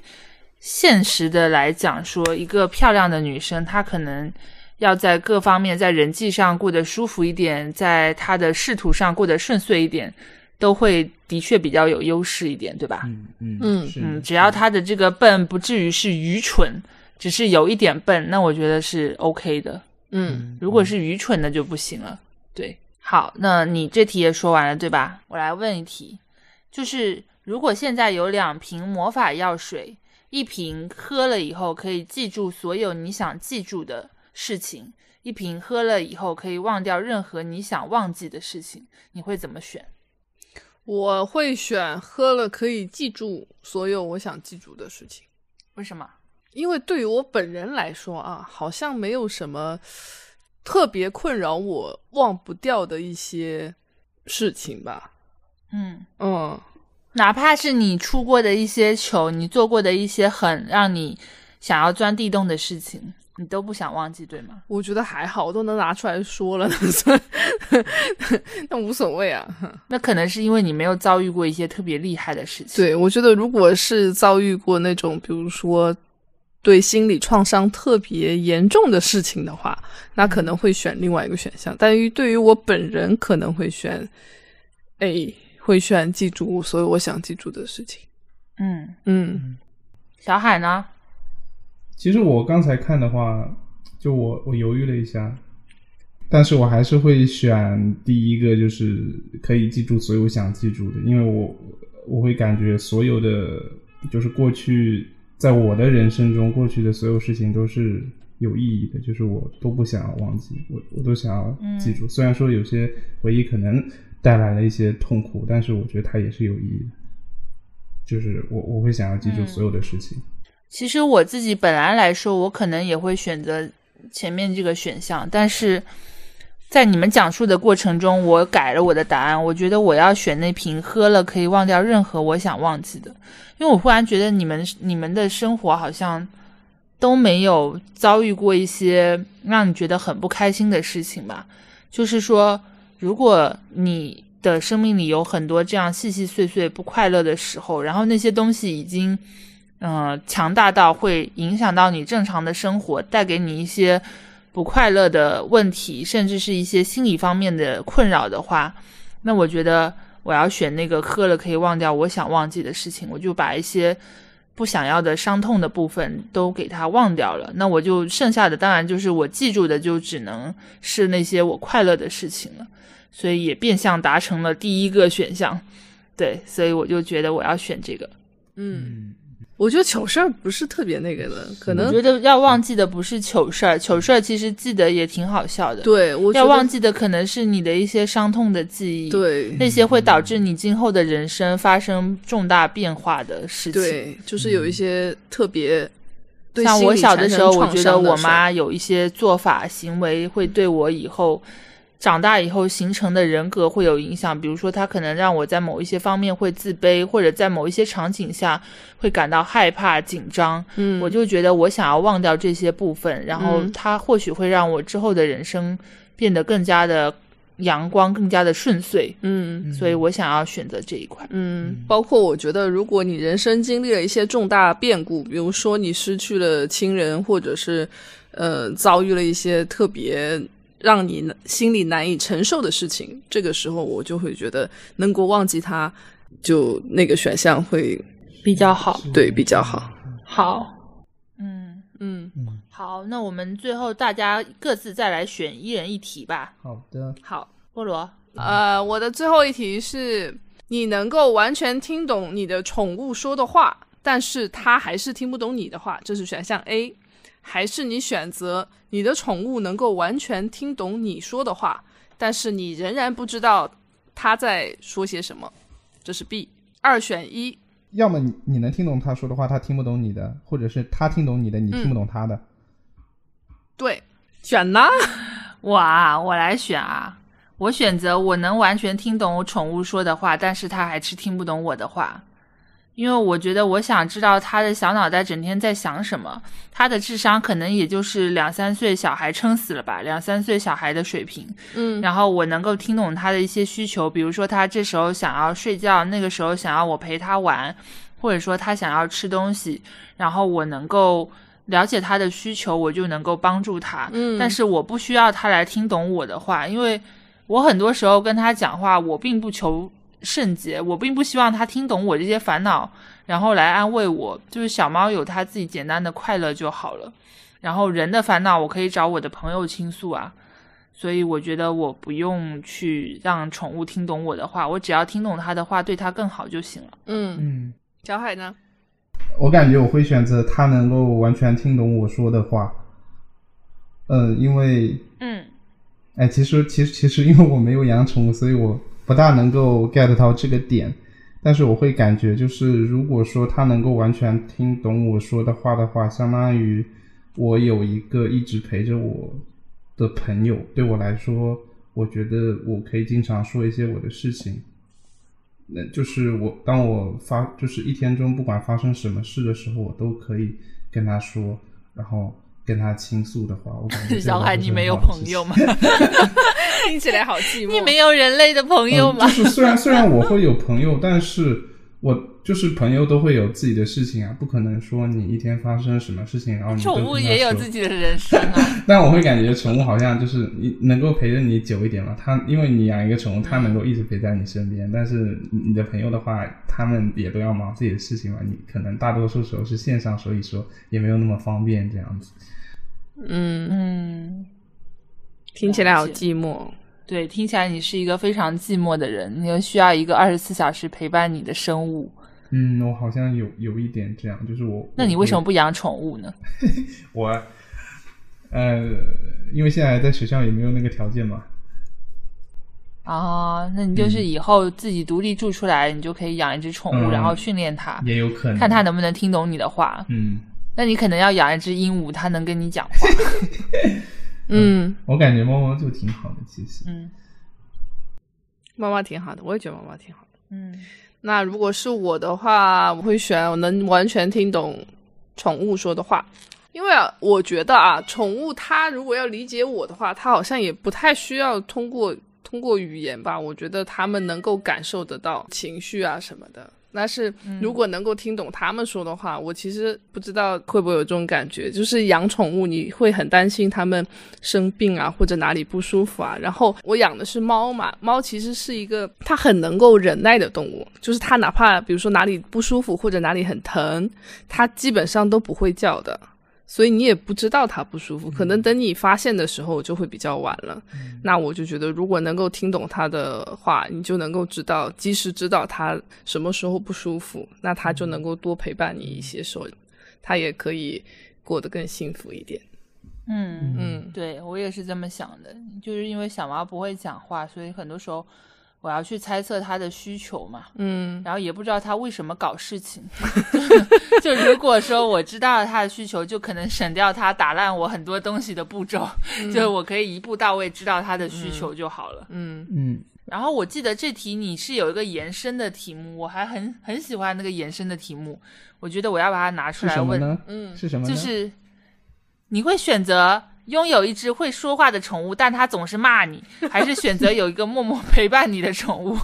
A: 现实的来讲说，一个漂亮的女生，她可能要在各方面，在人际上过得舒服一点，在她的仕途上过得顺遂一点，都会的确比较有优势一点，对吧？
C: 嗯嗯
B: 嗯
C: 是的
A: 嗯，只要
C: 是的
A: 她的这个笨不至于是愚蠢，只是有一点笨，那我觉得是 OK 的。
B: 嗯，
A: 如果是愚蠢的就不行了。对，好，那你这题也说完了对吧？我来问一题，就是如果现在有两瓶魔法药水，一瓶喝了以后可以记住所有你想记住的事情，一瓶喝了以后可以忘掉任何你想忘记的事情，你会怎么选？
B: 我会选喝了可以记住所有我想记住的事情，
A: 为什么？
B: 因为对于我本人来说啊，好像没有什么特别困扰我忘不掉的一些事情吧。
A: 嗯。
B: 嗯，
A: 哪怕是你出过的一些糗，你做过的一些很让你想要钻地洞的事情，你都不想忘记，对吗？
B: 我觉得还好，我都能拿出来说了，所以 那无所谓啊。
A: 那可能是因为你没有遭遇过一些特别厉害的事情。，
B: 对，我觉得如果是遭遇过那种，比如说对心理创伤特别严重的事情的话，那
A: 嗯
B: 可能会选另外一个选项。但于对于我本人，可能会选 A，哎会选记住所有我想记住的事情。
A: 嗯，
B: 嗯
A: 小海呢？
C: 其实我刚才看的话，就我我犹豫了一下，但是我还是会选第一个，就是可以记住所有想记住的，因为我我会感觉所有的就是过去在我的人生中过去的所有事情都是有意义的，就是我都不想要忘记，我我都想要记住。虽然说有些回忆可能带来了一些痛苦，但是我觉得它也是有意义的，就是我我会想要记住
A: 嗯
C: 所有的事情。
A: 其实我自己本来来说，我可能也会选择前面这个选项，但是在你们讲述的过程中，我改了我的答案。我觉得我要选那瓶喝了可以忘掉任何我想忘记的，因为我忽然觉得你们你们的生活好像都没有遭遇过一些让你觉得很不开心的事情吧。就是说，如果你的生命里有很多这样细细碎碎不快乐的时候，然后那些东西已经，呃，强大到会影响到你正常的生活，带给你一些不快乐的问题，甚至是一些心理方面的困扰的话，那我觉得我要选那个喝了可以忘掉我想忘记的事情，我就把一些。不想要的伤痛的部分都给它忘掉了，那我就剩下的当然就是我记住的，就只能是那些我快乐的事情了。所以也变相达成了第一个选项。对，所以我就觉得我要选这个。
B: 嗯，我觉得糗事儿不是特别那个的，可
A: 我
B: 能
A: 觉得要忘记的不是糗事儿，糗事儿其实记得也挺好笑的。，
B: 对我觉
A: 要
B: 得
A: 忘记的可能是你的一些伤痛的记忆，，
B: 对
A: 那些会导致你今后的人生发生重大变化的事情。嗯
B: 对，就是有一些特别对
A: 像
B: 心
A: 我
B: 理
A: 小
B: 产
A: 的
B: 生
A: 时候，我
B: 创
A: 觉得
B: 伤的
A: 我
B: 事儿
A: 妈有一些做法、行为会对我以后长大以后形成的人格会有影响。比如说，她可能让我在某一些方面会自卑，或者在某一些场景下会感到害怕、紧张。
B: 嗯，
A: 我就觉得我想要忘掉这些部分，然后
B: 嗯
A: 它或许会让我之后的人生变得更加的阳光、更加的顺遂。
B: 嗯
A: 所以我想要选择这一块。
B: 嗯，包括我觉得，如果你人生经历了一些重大变故，比如说你失去了亲人，或者是呃遭遇了一些特别让你心里难以承受的事情，这个时候我就会觉得能够忘记它，就那个选项会
A: 比较好。
B: 对比较好。
A: 好，嗯，
B: 嗯，
A: 好，那我们最后大家各自再来选一人一题吧。
C: 好的，
B: 好，
A: 菠萝，
B: 呃，我的最后一题是：你能够完全听懂你的宠物说的话，但是它还是听不懂你的话，这是选项 A；还是你选择你的宠物能够完全听懂你说的话，但是你仍然不知道它在说些什么，这是 B。二选一，
C: 要么你你能听懂他说的话，他听不懂你的，或者是他听懂你的，
A: 嗯
C: 你听不懂他的。
B: 对，选呢？
A: 我啊，我来选啊。我选择我能完全听懂我宠物说的话，但是它还是听不懂我的话，因为我觉得我想知道它的小脑袋整天在想什么。它的智商可能也就是两三岁小孩撑死了吧，两三岁小孩的水平。
B: 嗯
A: 然后我能够听懂他的一些需求，比如说他这时候想要睡觉，那个时候想要我陪他玩，或者说他想要吃东西，然后我能够了解他的需求，我就能够帮助他。
B: 嗯
A: 但是我不需要他来听懂我的话，因为我很多时候跟他讲话，我并不求甚解，我并不希望他听懂我这些烦恼，然后来安慰我。就是小猫有它自己简单的快乐就好了。然后人的烦恼，我可以找我的朋友倾诉啊。所以我觉得我不用去让宠物听懂我的话，我只要听懂它的话，对它更好就行了。
B: 嗯，
C: 嗯，
B: 小海呢？
C: 我感觉我会选择他能够完全听懂我说的话。嗯，因为
A: 嗯，
C: 哎，其实其实其实，因为我没有养宠物，所以我不大能够 get 到这个点。但是我会感觉，就是如果说它能够完全听懂我说的话的话，相当于我有一个一直陪着我的朋友。对我来说，我觉得我可以经常说一些我的事情。那就是我当我发就是一天中不管发生什么事的时候，我都可以跟他说，然后跟他倾诉的话，我感觉 这
A: 小
C: 个
A: 海，
C: 是
A: 你
C: 很
A: 没有
C: 好的
A: 朋
C: 事情
A: 友吗？
B: 听起来好寂寞。
A: 你没有人类的朋友
C: 嗯，
A: 吗
C: 就？是虽然虽然我会有朋友，但是我就是朋友都会有自己的事情啊，不可能说你一天发生什么事情，然后你都
A: 宠物
C: 跟他
A: 也有
C: 说
A: 自己的人生啊，
C: 但我会感觉宠物好像就是你能够陪着你久一点嘛，它因为你养一个宠物，它能够一直陪在你身边。但是你的朋友的话，他们也都要忙自己的事情嘛，你可能大多数时候是线上，所以说也没有那么方便这样子。
B: 嗯，
A: 嗯，
B: 听起来好
A: 了
B: 寂寞。
A: 对，听起来你是一个非常寂寞的人，你又需要一个二十四小时陪伴你的生物。
C: 嗯，我好像有有一点这样，就是我。
A: 那你为什
C: 么？
A: 么不养宠物呢？
C: 我，呃，因为现在在学校也没有那个条件嘛。
A: 啊，那你就是
C: 嗯
A: 以后自己独立住出来，你就可以养一只宠物，
C: 嗯
A: 然后训练它，
C: 也有可能。
A: 看它。能不能听懂你的话。
C: 嗯，
A: 那你可能要养一只鹦鹉，它能跟你讲话。
B: 嗯，
C: 我感觉猫猫就挺好的，其实。
A: 嗯
B: 妈妈挺好的，我也觉得妈妈挺好的。
A: 嗯
B: 那如果是我的话，我会选我能完全听懂宠物说的话，因为啊我觉得啊，宠物它如果要理解我的话，它好像也不太需要通过通过语言吧。我觉得它们能够感受得到情绪啊什么的。但是如果能够听懂他们说的话，我其实不知道会不会有这种感觉，就是养宠物你会很担心它们生病啊，或者哪里不舒服啊。然后我养的是猫嘛，猫其实是一个它很能够忍耐的动物，就是它哪怕比如说哪里不舒服或者哪里很疼，它基本上都不会叫的。所以你也不知道它不舒服，可能等你发现的时候就会比较晚了。那我就觉得，如果能够听懂它的话，你就能够知道，及时知道它什么时候不舒服，那它就能够多陪伴你一些时候，它也可以过得更幸福一点。
A: 嗯，
B: 嗯，
A: 对我也是这么想的，就是因为小猫不会讲话，所以很多时候我要去猜测它的需求嘛。
B: 嗯
A: 然后也不知道他为什么搞事情。 就如果说我知道了他的需求，就可能省掉他打烂我很多东西的步骤，
C: 嗯
A: 就是我可以一步到位知道他的需求就好了。
B: 嗯
C: 嗯，
A: 然后我记得这题你是有一个延伸的题目，我还很很喜欢那个延伸的题目，我觉得我要把它拿出
C: 是
A: 来
C: 什么
A: 问，
C: 呢？
B: 嗯
C: 是什么呢？
A: 就是你会选择。拥有一只会说话的宠物，但它总是骂 你，还是选择有一个默默陪伴你的宠物？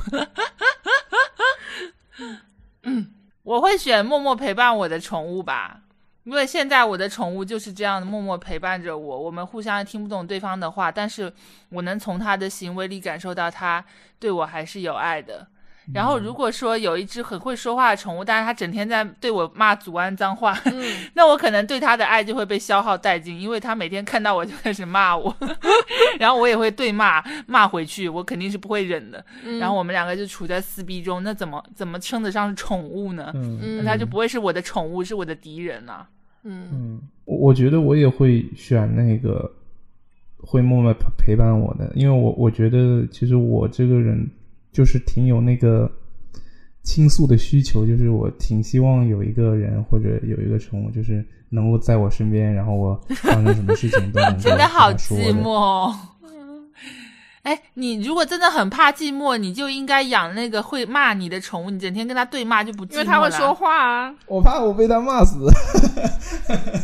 A: 嗯我会选默默陪伴我的宠物吧，因为现在我的宠物就是这样默默陪伴着我。我们互相听不懂对方的话，但是我能从它的行为里感受到它对我还是有爱的。
C: 嗯
A: 然后如果说有一只很会说话的宠物，但是它整天在对我骂祖安脏话，
B: 嗯
A: 那我可能对它的爱就会被消耗殆尽，因为它每天看到我就开始骂我， 然后我也会对骂骂回去，我肯定是不会忍的。
B: 嗯
A: 然后我们两个就处在撕逼中，那怎么怎么称得上是宠物呢？
C: 嗯
B: 嗯
A: 那它就不会是我的宠物，是我的敌人呐、
B: 嗯
C: 嗯，我我觉得我也会选那个会默默陪陪伴我的，因为我我觉得其实我这个人就是挺有那个倾诉的需求，就是我挺希望有一个人或者有一个宠物，就是能够在我身边，然后我发生什么事情 都能够
A: 真
C: 跟
A: 的好
C: 他嗯说
A: 寂寞。哦。 哎，你如果真的很怕寂寞，你就应该养那个会骂你的宠物，你整天跟它对骂就不寂寞
B: 因为它会
A: 啦
B: 说，话啊，
C: 我怕我被他骂死。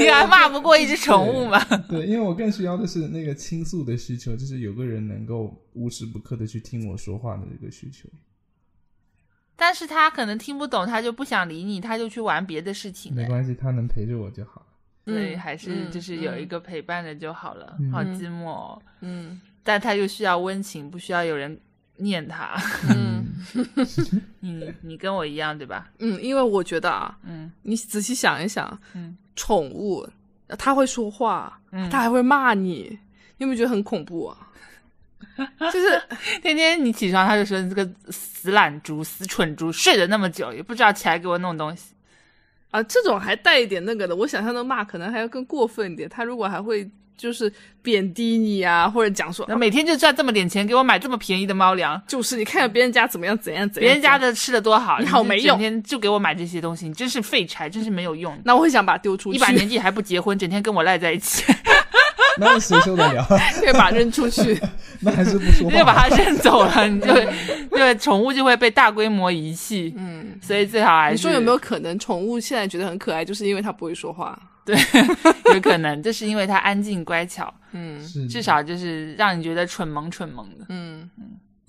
A: 你还骂不过一只宠物嘛？
C: 对，因为我更需要的是那个倾诉的需求，就是有个人能够无时不刻的去听我说话的这个需求。
A: 但是它可能听不懂，它就不想理你，它就去玩别的事情
C: 没
A: 了。
C: 关系，他能陪着我就好。
A: 所以
B: 嗯
A: 还是
B: 嗯
A: 就是有一
B: 嗯
A: 个陪伴的就好了，
C: 嗯
A: 好寂寞、哦。
B: 嗯
A: 但它又需要温情，不需要有人念它。
B: 嗯
A: 你你跟我一样对吧？
B: 嗯，因为我觉得啊，
A: 嗯
B: 你仔细想一想，
A: 嗯
B: 宠物它会说话，
A: 嗯，
B: 它还会骂你，你有没有觉得很恐怖啊？就是
A: 天天你起床，他就说你这个死懒猪、死蠢猪，睡了那么久也不知道起来给我弄东西。
B: 啊，这种还带一点那个的，我想象的骂可能还要更过分一点。他如果还会就是贬低你啊，或者讲说，啊
A: 那每天就赚这么点钱，给我买这么便宜的猫粮，
B: 就是你看别人家怎么样怎样怎样，
A: 别人家
B: 的，
A: 的吃的多 好，
B: 你好
A: 就
B: 没
A: 整
B: 用
A: 天就给我买这些东西，你真是废柴，真是没有 用。
B: 那我会想把它丢出去，
A: 一把 年纪还不结婚，整天跟我赖在一起，
C: 那谁受得了？
B: 对把它扔出去。
C: 那还是不说
A: 你就把它扔走 了，你就对宠物就会被大规模遗弃。
B: 嗯，
A: 所以最好还是
B: 你说有没有可能宠物现在觉得很可爱，就是因为它不会说话？
A: 有可能，就是因为它安静乖巧，
B: 嗯
C: 是
A: 至少就是让你觉得蠢萌蠢萌的。
B: 嗯，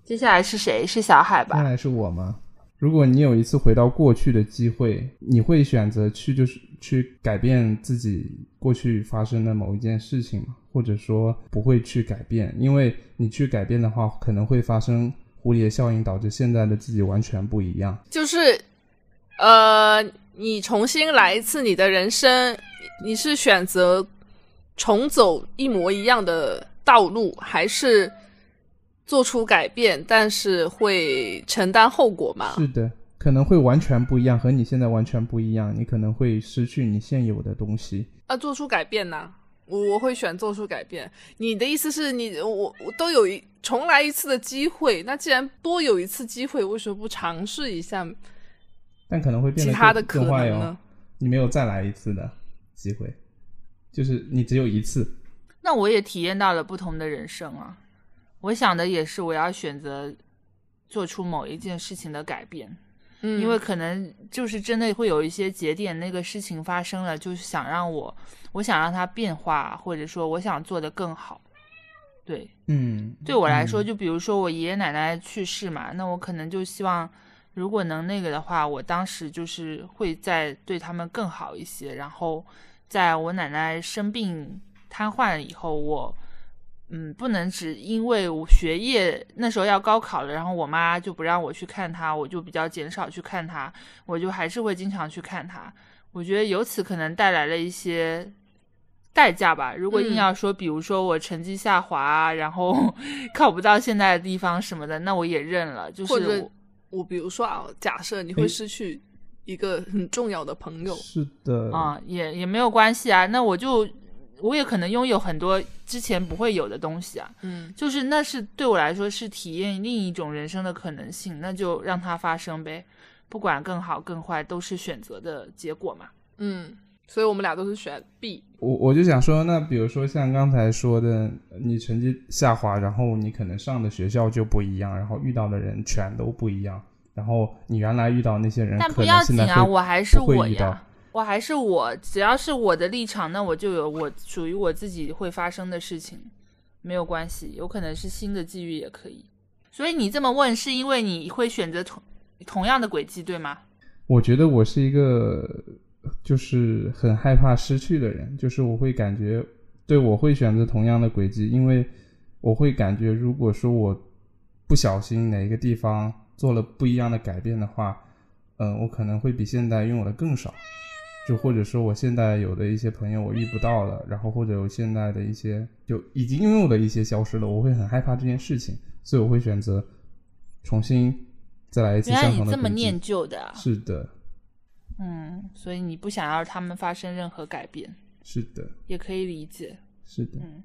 A: 接下来是谁？是小海吧？
C: 看来是我吗？如果你有一次回到过去的机会，你会选择去就是去改变自己过去发生的某一件事情吗？或者说不会去改变，因为你去改变的话，可能会发生蝴蝶效应，导致现在的自己完全不一样。
B: 就是，呃，你重新来一次你的人生，你是选择重走一模一样的道路，还是做出改变，但是会承担后果
A: 啊
B: 吗？
C: 是的，可能会完全不一样，和你现在完全不一样，你可能会失去你现有的东西。
B: 啊，做出改变呐、我我会选做出改变。你的意思是你我我都有一重来一次的机会，那既然多有一次机会，为什么不尝试一下
C: 但可能会变
B: 其
C: 得
B: 他
C: 更
B: 的可
C: 更坏
B: 能
C: 哦
B: 呢。？
C: 你没有再来一次的机会，就是你只有一次。
A: 那我也体验到了不同的人生啊。我想的也是，我要选择做出某一件事情的改变，
B: 嗯，
A: 因为可能就是真的会有一些节点，那个事情发生了，就是想让我，我想让它变化，或者说我想做得更好。对，
C: 嗯，
A: 对我来说，
C: 嗯
A: 就比如说我爷爷奶奶去世嘛，那我可能就希望，如果能那个的话，我当时就是会再对他们更好一些。然后，在我奶奶生病瘫痪以后，我嗯不能只因为我学业那时候要高考了，然后我妈就不让我去看她，我就比较减少去看她，我就还是会经常去看她。我觉得由此可能带来了一些代价吧。如果硬
B: 嗯
A: 要说，比如说我成绩下滑啊，然后 考不到现在的地方什么的，那我也认了。就是
B: 或者
A: 我
B: 我比如说啊，假设你会
C: 诶
B: 失去一个很重要的朋友，
C: 嗯是的，
A: 啊、也也没有关系啊。那我就我也可能拥有很多之前不会有的东西啊。
B: 嗯，
A: 就是那是对我来说是体验另一种人生的可能性，那就让它发生呗。不管更好更坏，都是选择的结果嘛。
B: 嗯，所以我们俩都是选 B。
C: 我我就想说，那比如说像刚才说的，你成绩下滑，然后你可能上的学校就不一样，然后遇到的人全都不一样，然后你原来遇到那些人，
A: 但
C: 可
A: 不
C: 能
A: 要
C: 现
A: 紧
C: 在
A: 啊，
C: 会
A: 我还是
C: 不会
A: 我
C: 遇到
A: 呀，我还是我，只要是我的立场，那我就有我属于我自己会发生的事情，没有关系，有可能是新的际遇也可以。所以你这么问，是因为你会选择同同样的轨迹，对吗？
C: 我觉得我是一个就是很害怕失去的人，就是我会感觉对我会选择同样的轨迹，因为我会感觉如果说我不小心哪一个地方做了不一样的改变的话，嗯、我可能会比现在拥有的更少。就或者说我现在有的一些朋友我遇不到了，然后或者我现在的一些就已经拥有的一些消失了，我会很害怕这件事情，所以我会选择重新再来一次
A: 原来
C: 相
A: 你
C: 同的
A: 这么
C: 轨迹
A: 念旧的、啊，
C: 是的，
A: 嗯，所以你不想要他们发生任何改变，
C: 是的，
A: 也可以理解。
C: 是的，
A: 嗯，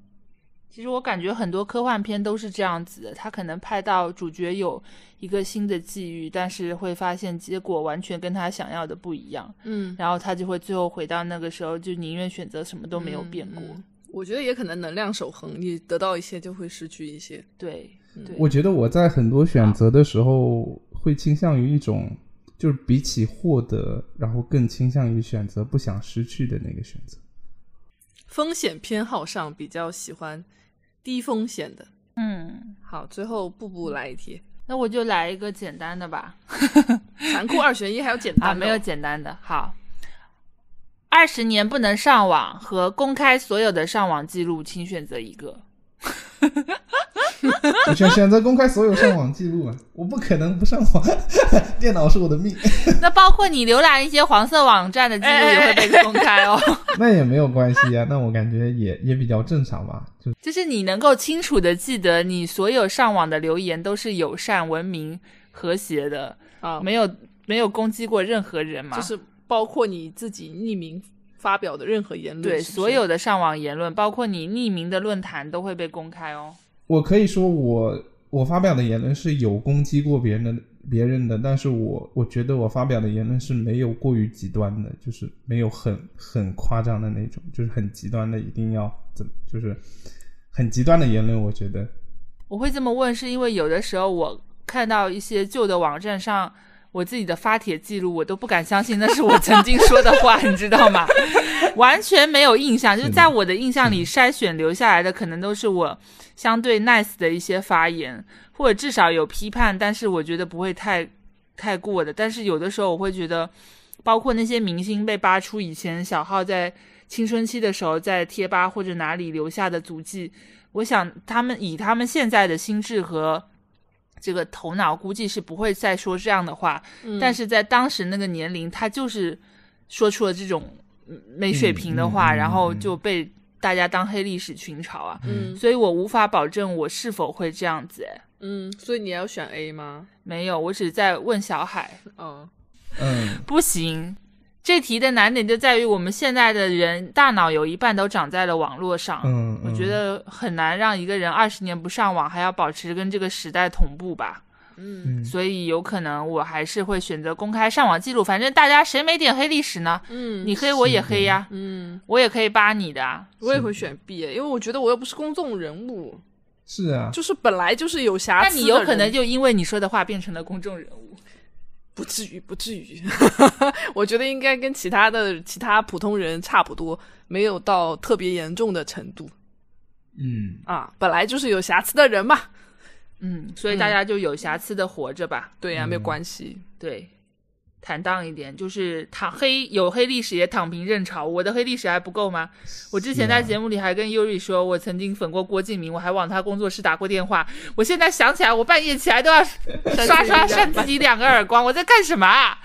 A: 其实我感觉很多科幻片都是这样子的，他可能拍到主角有一个新的际遇，但是会发现结果完全跟他想要的不一样，
B: 嗯，
A: 然后他就会最后回到那个时候，就宁愿选择什么都没有变过。
B: 嗯嗯我觉得也可能能量守恒，你得到一些就会失去一些。
A: 对
B: 嗯
A: 对，
C: 我觉得我在很多选择的时候会倾向于一种，就是比起获得，然后更倾向于选择不想失去的那个选择。
B: 风险偏好上比较喜欢低风险的。
A: 嗯，
B: 好，最后步步来 一题，
A: 那我就来一个简单的吧。
B: 残酷二选一还有简单
A: 啊，
B: 的哦
A: 没有简单的。好，二十年不能上网和公开所有的上网记录，请选择一 个。
C: 我选选择公开所有上网记录嘛， 我不可能不上网， 电脑是我的命。
A: 那包括你浏览一些黄色网站的记录也会被公开哦，
C: 那也没有关系呀、那我感觉也也比较正常吧。就
A: 就是你能够清楚的记得你所有上网的留言都是友善、文明、和谐的，
B: 啊，
A: 没有没有攻击过任何人嘛？
B: 就是包括你自己匿名发表的任何言论，
A: 对
B: 是不是
A: 所有的上网言论，包括你匿名的论坛都会被公开哦。
C: 我可以说我我发表的言论是有攻击过别人的别人的，但是我我觉得我发表的言论是没有过于极端的，就是没有很很夸张的那种，就是很极端的一定要怎么就是很极端的言论，我觉得
A: 我会这么问，是因为有的时候我看到一些旧的网站上我自己的发帖记录，我都不敢相信那是我曾经说的话， 你知道吗？完全没有印象，就是
C: 的
A: 在我的印象里筛选留下来的，可能都是我相对 nice 的一些发言，或者至少有批判，但是我觉得不会太太过的，但是有的时候我会觉得，包括那些明星被扒出以前小号在青春期的时候在贴吧或者哪里留下的足迹，我想他们以他们现在的心智和这个头脑，估计是不会再说这样的话。
B: 嗯
C: 嗯
A: 但是在当时那个年龄，他就是说出了这种嗯没水平的话，
C: 嗯嗯嗯
A: 然后
C: 嗯
A: 就被大家当黑历史群嘲啊。
B: 嗯
A: 所以我无法保证我是否会这样子。哎
B: 嗯，所以你要选 A 吗？
A: 没有，我只在问小海。
B: 哦，
C: 嗯，
A: 不行，这题的难点就在于我们现在的人大脑有一半都长在了网络上。
C: 嗯
A: 我觉得很难让一个人二十年不上网，还要保持跟这个时代同步吧。
B: 嗯
C: 嗯
A: 所以有可能我还是会选择公开上网记录。反正大家谁没点黑历史呢？
B: 嗯
A: 你黑我也黑呀，
B: 嗯，
A: 我也可以扒你的啊。
B: 我也会选 B，因为我觉得我又不是公众人物，
C: 是啊，
B: 就是本来就是有瑕
A: 那
B: 疵的人，
A: 你有可能就因为你说的话变成了公众人物。
B: 不至于，不至于。 我觉得应该跟其他的其他普通人差不多，没有到特别严重的程度
C: 嗯
B: 啊。本来就是有瑕疵的人嘛，
A: 嗯，所以大家就有瑕疵的活着吧。
B: 对呀、
C: 嗯
B: 没有关系。
A: 对，坦荡一点，就是躺黑有黑历史也躺平认嘲。我的黑历史还不够吗？我之前在节目里还跟 Yuri 说，我曾经粉过郭敬明，我还往他工作室打过电话。我现在想起来，我半夜起来都要
C: 嗯
A: 刷刷扇自己两个耳光，我在干什么、 啊？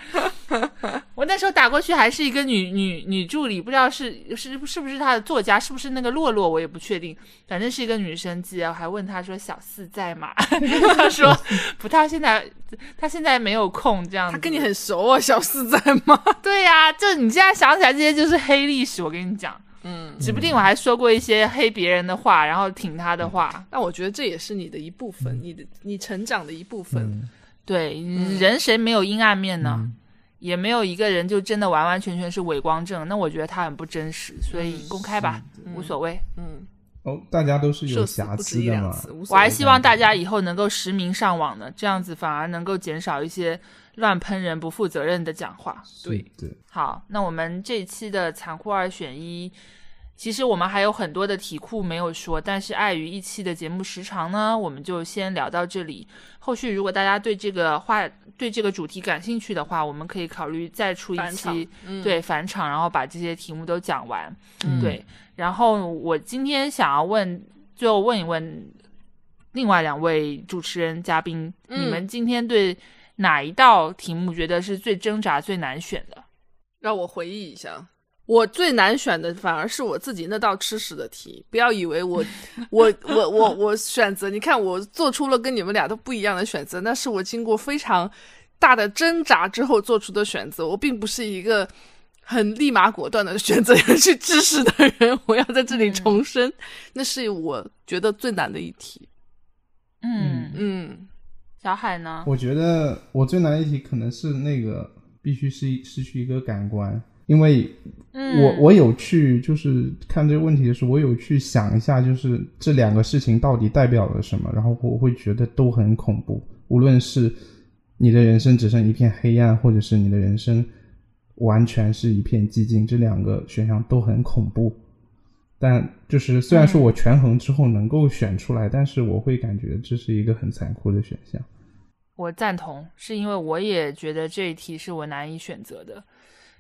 A: 我那时候打过去还是一个女女女助理，不知道是是是不是她的作家，是不是那个洛洛，我也不确定。反正是一个女生接，我还问她说小四在吗？ 她说不，她现在她现在没有空这样子。
B: 他跟你很熟啊，小四在吗？
A: 对呀、就你现在想起来这些就是黑历史，我跟你讲。
B: 嗯，
A: 指不定我还说过一些黑别人的话，然后挺他的话。
B: 那我觉得这也是你的一部分，你的你成长的一部分。
C: 嗯
A: 对，
B: 嗯
A: 人谁没有阴暗面呢？
C: 嗯
A: 也没有一个人就真的完完全全是伪光正。那我觉得他很不真实，所以
B: 嗯
A: 公开吧，
B: 嗯
A: 无所谓。
B: 嗯，
C: 哦，大家都是有
B: 社死
C: 瑕
B: 不止
C: 疵
B: 一
C: 的
B: 两
C: 嘛，
B: 次，无
A: 我
B: 所
A: 还
B: 谓。嗯
A: 希望大家以后能够实名上网呢，这样子反而能够减少一些乱喷人、不负责任的讲话。
B: 对
C: 对，
A: 好，那我们这一期的残酷二选一，其实我们还有很多的题库没有说，但是碍于一期的节目时长呢，我们就先聊到这里。后续如果大家对这个话、对这个主题感兴趣的话，我们可以考虑再出一
B: 返场
A: 期，
B: 嗯
A: 对返场，然后把这些题目都讲完。
C: 嗯
A: 对，然后我今天想要问，最后问一问另外两位主持人嘉宾，你
B: 嗯
A: 们今天对哪一道题目觉得是最挣扎、最难选的？
B: 让我回忆一下，我最难选的反而是我自己那道吃屎的题。不要以 为我我我我我选择，你看我做出了跟你们俩都不一样的选择，那是我经过非常大的挣扎之后做出的选择。我并不是一个很立马果断的选择要去吃屎的人。我要在这
A: 嗯
B: 里重申，那是我觉得最难的一题。
A: 嗯，
B: 嗯
A: 小海呢？
C: 我觉得我最难一题可能是那个必须失失去一个感官，因为
A: 嗯，
C: 我我有去就是看这个问题的时候，我有去想一下，就是这两个事情到底代表了什么，然后我会觉得都很恐怖，无论是你的人生只剩一片黑暗，或者是你的人生完全是一片寂静，这两个选项都很恐怖。但就是虽然说
A: 嗯
C: 我权衡之后能够选出来，但是我会感觉这是一个很残酷的选项。
A: 我赞同，是因为我也觉得这一题是我难以选择的，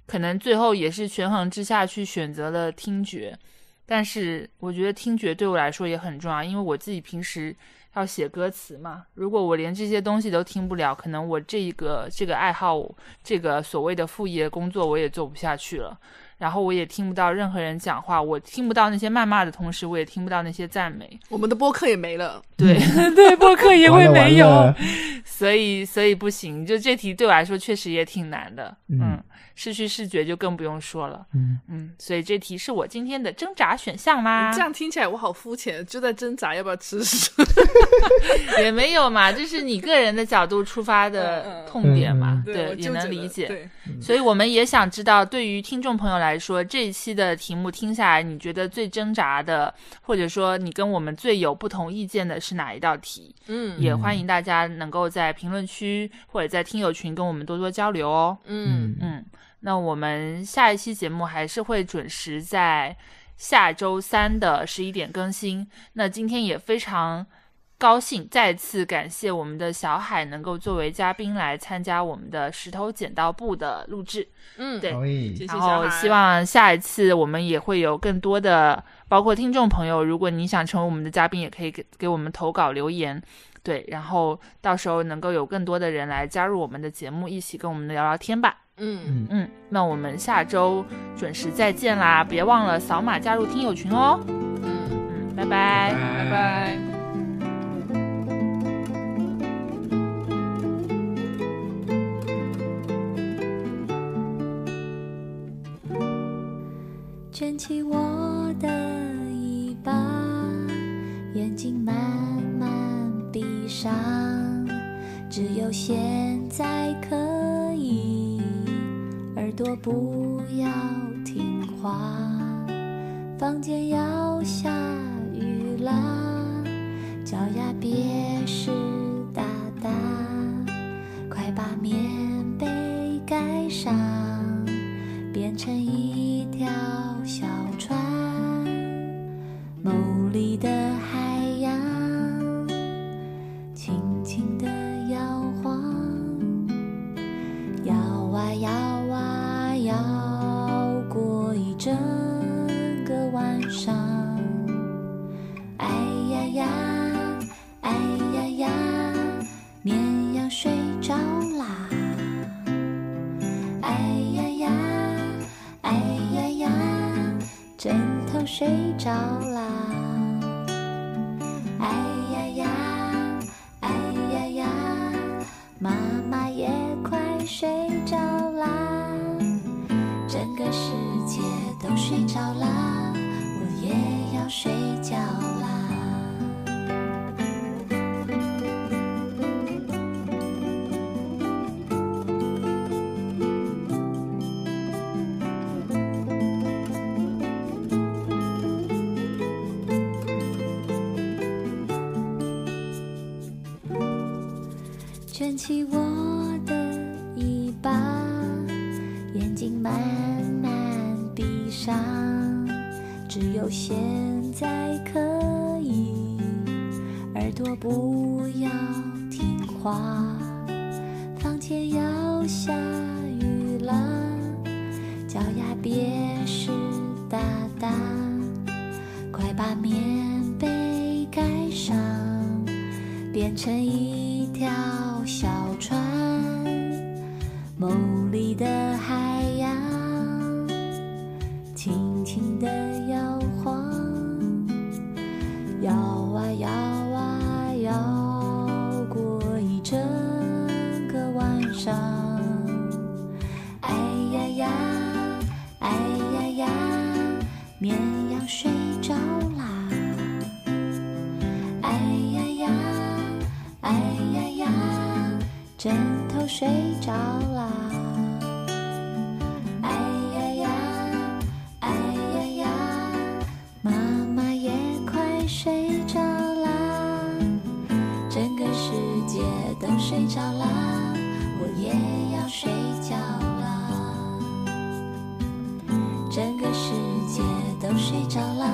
A: 可能最后也是权衡之下去选择了听觉，但是我觉得听觉对我来说也很重要，因为我自己平时要写歌词嘛，如果我连这些东西都听不了，可能我这一个这个爱好，这个所谓的副业工作我也做不下去了。然后我也听不到任何人讲话，我听不到那些谩骂的同时，我也听不到那些赞美。
B: 我们的播客也没了。
A: 对 对，播客也
C: 完
A: 会
C: 了
A: 没有。
C: 完了
A: 所以所以不行，就这题对我来说确实也挺难的。
C: 嗯
A: 嗯，失去视觉就更不用说了。
C: 嗯
A: 嗯，所以这题是我今天的挣扎选项啦
B: 这。样听起来我好肤浅，就在挣扎要不要吃屎。
A: 也没有嘛，这是你个人的角度出发的
B: 嗯嗯
A: 痛点嘛，
C: 嗯
B: 我
A: 对，也
B: 纠结
A: 能
B: 了
A: 理解。
B: 对，
A: 所以我们也想知道，对于听众朋友来说，这一期的题目听下来，你觉得最挣扎的，或者说你跟我们最有不同意见的是哪一道题？
B: 嗯
A: 也欢迎大家能够在评论区或者在听友群跟我们多多交流哦。
B: 嗯
C: 嗯
A: 嗯，那我们下一期节目还是会准时在下周三的十一点更新。那今天也非常高兴再次感谢我们的小海能够作为嘉宾来参加我们的石头剪刀布的录制。
B: 嗯，
A: 对
C: 以
B: 谢谢
A: 然
B: 小
A: 后
B: 海
A: 希望下一次我们也会有更多的，包括听众朋友，如果你想成为我们的嘉宾，也可以给给我们投稿留言。对，然后到时候能够有更多的人来加入我们的节目，一起跟我们聊聊天吧。
B: 嗯，
C: 嗯，
A: 嗯，那我们下周准时再见啦！别忘了扫码加入听友群哦。
B: 嗯，
A: 嗯，拜拜。
B: 拜拜。
D: 卷起我的衣把，眼睛慢慢闭上，只有现在可以，耳朵不要听话，房间要下雨啦，脚丫别湿哒哒，快把棉被盖上。变成一条小船，梦里的海洋，轻轻地摇晃，摇啊摇啊摇过一整个晚上。哎呀呀，哎呀呀，绵羊睡着啦。哎呀呀，哎呀呀，枕头睡着啦。哎呀呀，哎呀呀，妈妈也快睡着啦。整个世界都睡着啦，我也要睡觉啦。卷起我的衣把，眼睛慢慢闭上，只有现在可以，耳朵不要听话，房间要下雨了，脚丫别湿哒哒，快把棉被盖上。变成一条小船，梦里的海洋，轻轻地摇晃，摇啊摇啊摇过一整个晚上。哎呀呀，哎呀呀，绵羊睡着啦。哎呀呀，哎呀呀，枕头睡着啦。哎呀呀，哎呀呀，妈妈也快睡着啦。整个世界都睡着啦，我也要睡觉啦。整个世界都睡着啦，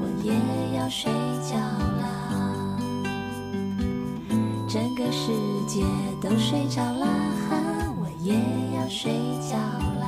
D: 我也要睡觉啦。整个世界都睡着啦，哈，我也要睡觉啦。